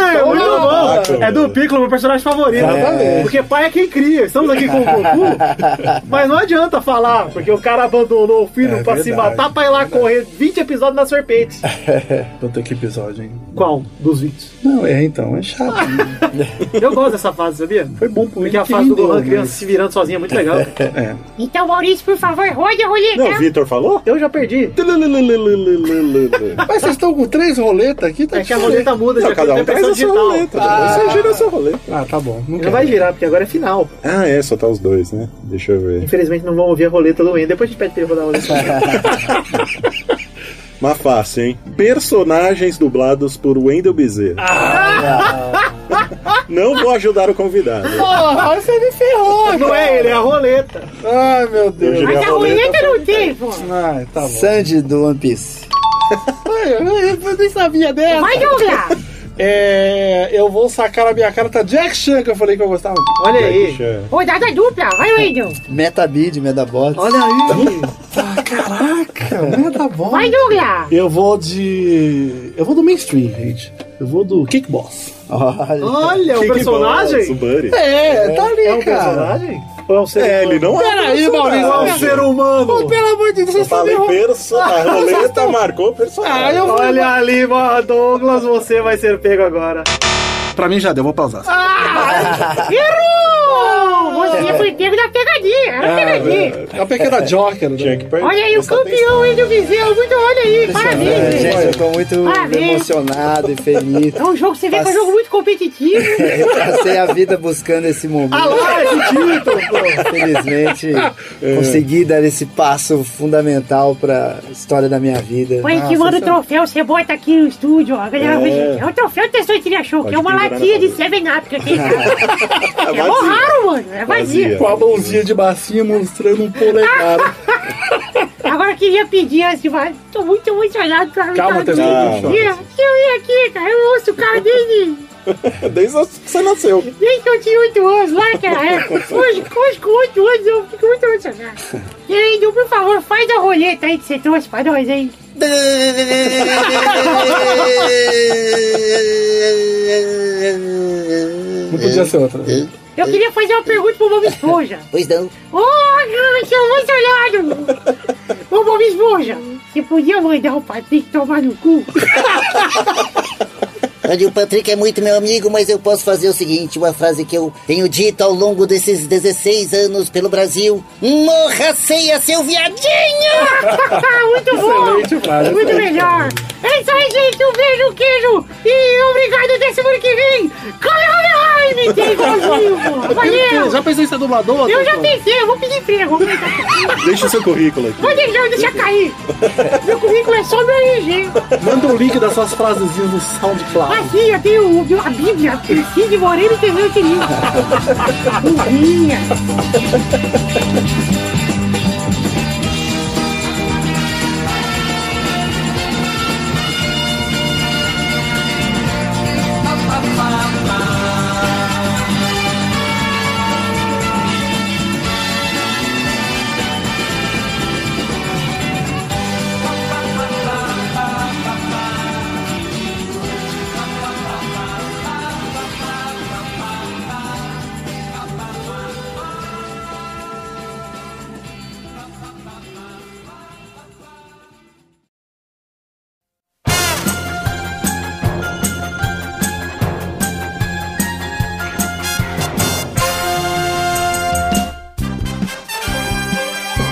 S6: Ah, é Muito bom!
S5: Caraca,
S6: É do
S5: velho.
S6: Piccolo, meu personagem favorito.
S4: Exatamente.
S6: Porque pai é quem cria. Estamos aqui com o Goku, mas não adianta falar, porque o cara abandonou o filho
S4: É
S6: pra se
S4: verdade,
S6: matar pra ir lá correr 20 episódios na serpente.
S4: Puta que episódio, hein?
S6: Qual? Dos 20.
S4: Não, é então, é chato. né?
S6: Eu gosto dessa fase, sabia?
S4: Foi bom pro
S6: Porque a
S4: que
S6: fase do
S4: rendeu,
S6: Gohan
S4: mas-
S6: criança se virando sozinha é muito legal.
S4: É.
S14: Então, Maurício, por favor, roda a
S5: Não, o
S14: roleta.
S5: Vitor falou?
S6: Eu já perdi.
S4: Mas vocês estão com três roletas aqui? Tá
S6: É que a
S4: difícil.
S6: roleta muda,
S5: Não,
S6: já
S5: cada
S6: tem
S5: um traz
S6: impressão
S5: a sua
S6: digital.
S5: roleta. Você gira a sua roleta.
S4: Ah, tá bom. Não
S6: Já
S4: quero.
S6: vai girar, porque agora é final.
S5: Ah, é, só tá os dois, né? Deixa eu ver.
S6: Infelizmente não vão ouvir a roleta do Wendel. Depois a gente pede pra ele rodar a roleta.
S5: Uma fácil, hein? Personagens dublados por Wendel Bezerra.
S6: Ah!
S5: Não vou ajudar o convidado.
S4: Porra, você me ferrou!
S6: Não, não é ele, é a roleta.
S4: Ai, meu Deus.
S14: Mas a roleta não tem, pô.
S6: Ah,
S4: Ai, tá bom.
S7: Sandy do One Piece.
S4: Eu, nem sabia dessa.
S14: Vai, Douglas.
S4: É, eu vou sacar a minha cara, tá Jack Chan que eu falei que eu gostava.
S6: Olha aí.
S14: Rodada dupla. Vai, Wendel.
S7: Metabid, Medabots.
S4: Olha aí. Ah, caraca, não é da bola.
S14: Vai, Douglas.
S4: Eu vou de. Eu vou do mainstream, gente. Eu vou do Kick Boss.
S7: Olha.
S6: Olha, o personagem?
S5: Subbuddy.
S4: É, tá ali,
S6: É um
S4: cara.
S6: personagem? Ou é um ser
S5: É,
S6: humano?
S5: ele não é.
S4: Peraí, Maurício.
S5: Não é um ser
S4: Pô,
S5: humano.
S4: pelo amor de Deus,
S5: Eu
S4: vocês estão me
S5: falei
S4: roubando.
S5: personagem. A roleta marcou
S4: Ah,
S5: personagem.
S4: eu vou.
S6: Olha ali, mano, Douglas, você vai ser pego agora.
S4: Pra mim já deu, vou pausar. Ah!
S14: Errou! Você foi pego na pegadinha. Era pegadinha.
S4: É uma pequena Joker.
S5: Tinha
S4: Né?
S5: que perder.
S14: Olha aí, o
S5: Presta
S14: campeão, Wendel Viseu. Muito olha aí.
S7: É,
S14: Parabéns.
S7: gente, eu tô muito
S14: Parabéns.
S7: emocionado e feliz.
S14: É um jogo que você vê que é um jogo muito competitivo.
S7: Eu passei a vida buscando esse momento.
S6: Ah, que título, pô.
S7: Felizmente,
S5: É.
S7: consegui dar esse passo fundamental pra história da minha vida.
S14: Põe que manda
S7: é
S14: o
S7: um
S5: é
S14: troféu, você bota aqui no estúdio, ó. A galera vai, gente, é um troféu de Tessou Trilha Show, que é uma
S5: pendurar na
S14: latinha de
S5: parede.
S14: 7-Up que eu tenho. em casa. é mó raro, mano. É vazia.
S5: Vazia.
S4: Com a mãozinha de bacinha mostrando um polegar.
S14: Agora eu queria pedir antes de mais. Tô muito emocionado pra mim. cara.
S4: Calma, Tessou, não
S5: Não.
S4: chora.
S14: Tira, que Eu ia aqui, cara. Eu ouço o cara desde,
S5: Desde que você nasceu.
S14: desde que eu tinha 8 anos lá, cara. Hoje, hoje com 8 anos eu fico muito emocionado. E aí, Edu, por favor, faz a roleta aí que você trouxe pra nós, hein?
S4: Não podia ser outra.
S14: Eu queria fazer uma pergunta pro Bob Esponja.
S12: Pois não.
S14: Ô, gente, eu vou olhado! Ô, Bob Esponja, você podia mandar o Patrick tomar no cu?
S12: Olha, o Patrick é muito meu amigo, mas eu posso fazer o seguinte: uma frase que eu tenho dito ao longo desses 16 anos pelo Brasil. Morra ceia, seu viadinho!
S14: Muito bom!
S4: Excelente frase.
S14: Muito melhor! É isso aí, gente! Um beijo, um queijo! E obrigado até semana que vem! Come on, Tem igualzinho! Valeu!
S4: Já pensou em ser dublador?
S14: Eu já pensei, eu vou pedir emprego! vou pensar.
S5: Deixa o seu currículo aqui.
S14: Vou deixar, deixa cair! Meu currículo é só meu RG!
S4: Manda o link das suas frasezinhas no SoundCloud.
S14: Aqui, Assim, eu tenho, eu tenho a Bíblia, Cid Moreno e Fernando Quirino. Burrinha.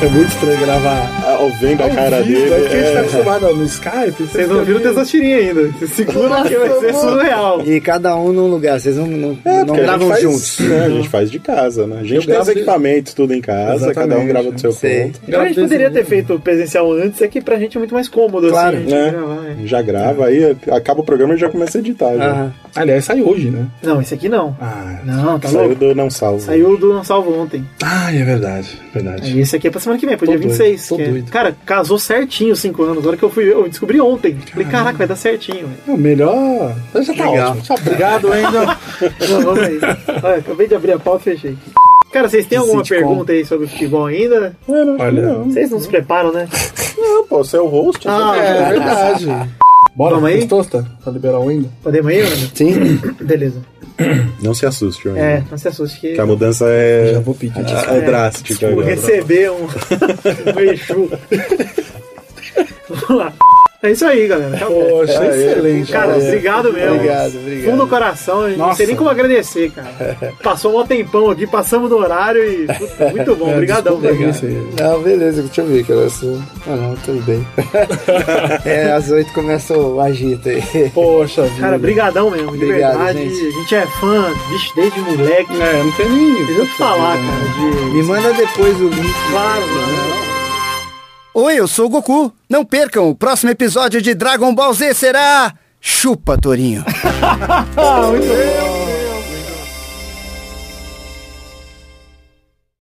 S4: É muito estranho gravar.
S5: Ah, ó, vendo a cara
S4: Ao vivo,
S5: dele.
S4: é porque a gente
S5: é.
S4: tá acostumado no Skype.
S6: Vocês não viram o Tessou Tirinha ainda. Se segura que vai ser surreal.
S7: E cada um num lugar, vocês não, não, não
S5: É, Porque a gente
S7: gravam
S5: faz-
S7: juntos.
S5: né, a gente faz de casa, né? A gente tem os
S4: gravo de-
S5: equipamentos tudo em casa, cada um
S4: Exatamente,
S5: grava do seu
S7: Sei.
S5: ponto.
S6: Então a gente poderia ter feito presencial antes, é que pra gente é muito mais cômodo,
S7: Claro.
S6: assim. a gente gravar, é.
S5: Né? Já grava, aí acaba o programa e já começa a editar. já.
S7: Aham.
S4: Aliás, saiu hoje, né?
S6: Não, esse aqui não.
S4: Ah,
S6: Não, tá
S5: Saiu
S6: louco.
S5: do Não Salvo.
S6: Saiu do Não Salvo ontem.
S4: Ai, é verdade, verdade.
S6: E esse aqui é pra semana que vem, pro
S4: Tô
S6: dia
S4: doido,
S6: 26.
S4: tô
S6: que é-
S4: doido.
S6: Cara, casou certinho os 5 anos. Na hora que eu fui, eu descobri ontem.
S4: Ah.
S6: Falei, caraca, vai dar certinho. velho.
S4: É o melhor. Já tá
S7: Legal.
S4: ótimo. Tchau, obrigado, ainda.
S6: Não, vamos aí. Olha, acabei de abrir a pauta e fechei. Cara, vocês têm alguma
S4: sitcom.
S6: pergunta aí sobre futebol ainda?
S4: Olha,
S6: Vocês não se preparam, né?
S5: Não, pô, você é o host.
S6: Ah,
S4: é verdade. Bora,
S6: Vamos aí?
S4: fez tosta? Pra liberar o ainda?
S6: Podemos ir, mano?
S7: Sim,
S6: Beleza.
S5: Não se assuste, Ryan.
S6: É, não se assuste que...
S5: Que a mudança é,
S4: Já vou pedir.
S5: é, é drástica.
S6: Tipo,
S5: agora.
S6: receber um, um Exu. Vamos lá. É isso aí, galera. Acabou.
S4: Poxa, excelente.
S6: Cara, obrigado mesmo.
S7: obrigado,
S6: Fundo do
S7: obrigado.
S6: coração, a gente não
S4: Nossa.
S6: sei nem como agradecer, cara. Passou um maior tempão aqui, passamos do horário e. Puta, muito
S7: É,
S6: bom, obrigadão,
S4: É, Desculpa,
S6: velho.
S4: isso aí.
S7: Não, beleza, deixa eu ver que eu sou. Ah, não, tudo bem. é, às oito começa o agito aí.
S4: Poxa vida.
S6: Cara, brigadão mesmo, de
S7: Obrigado,
S6: verdade.
S7: gente.
S6: A gente é fã, bicho, desde moleque. Não
S4: É, não tem nem... né?
S6: tem nem o que falar, cara, de.
S7: Me manda depois o link.
S6: Claro, mano.
S7: Oi, eu sou o Goku. Não percam, o próximo episódio de Dragon Ball Z será. Chupa, Torinho.
S6: Ah, muito bom.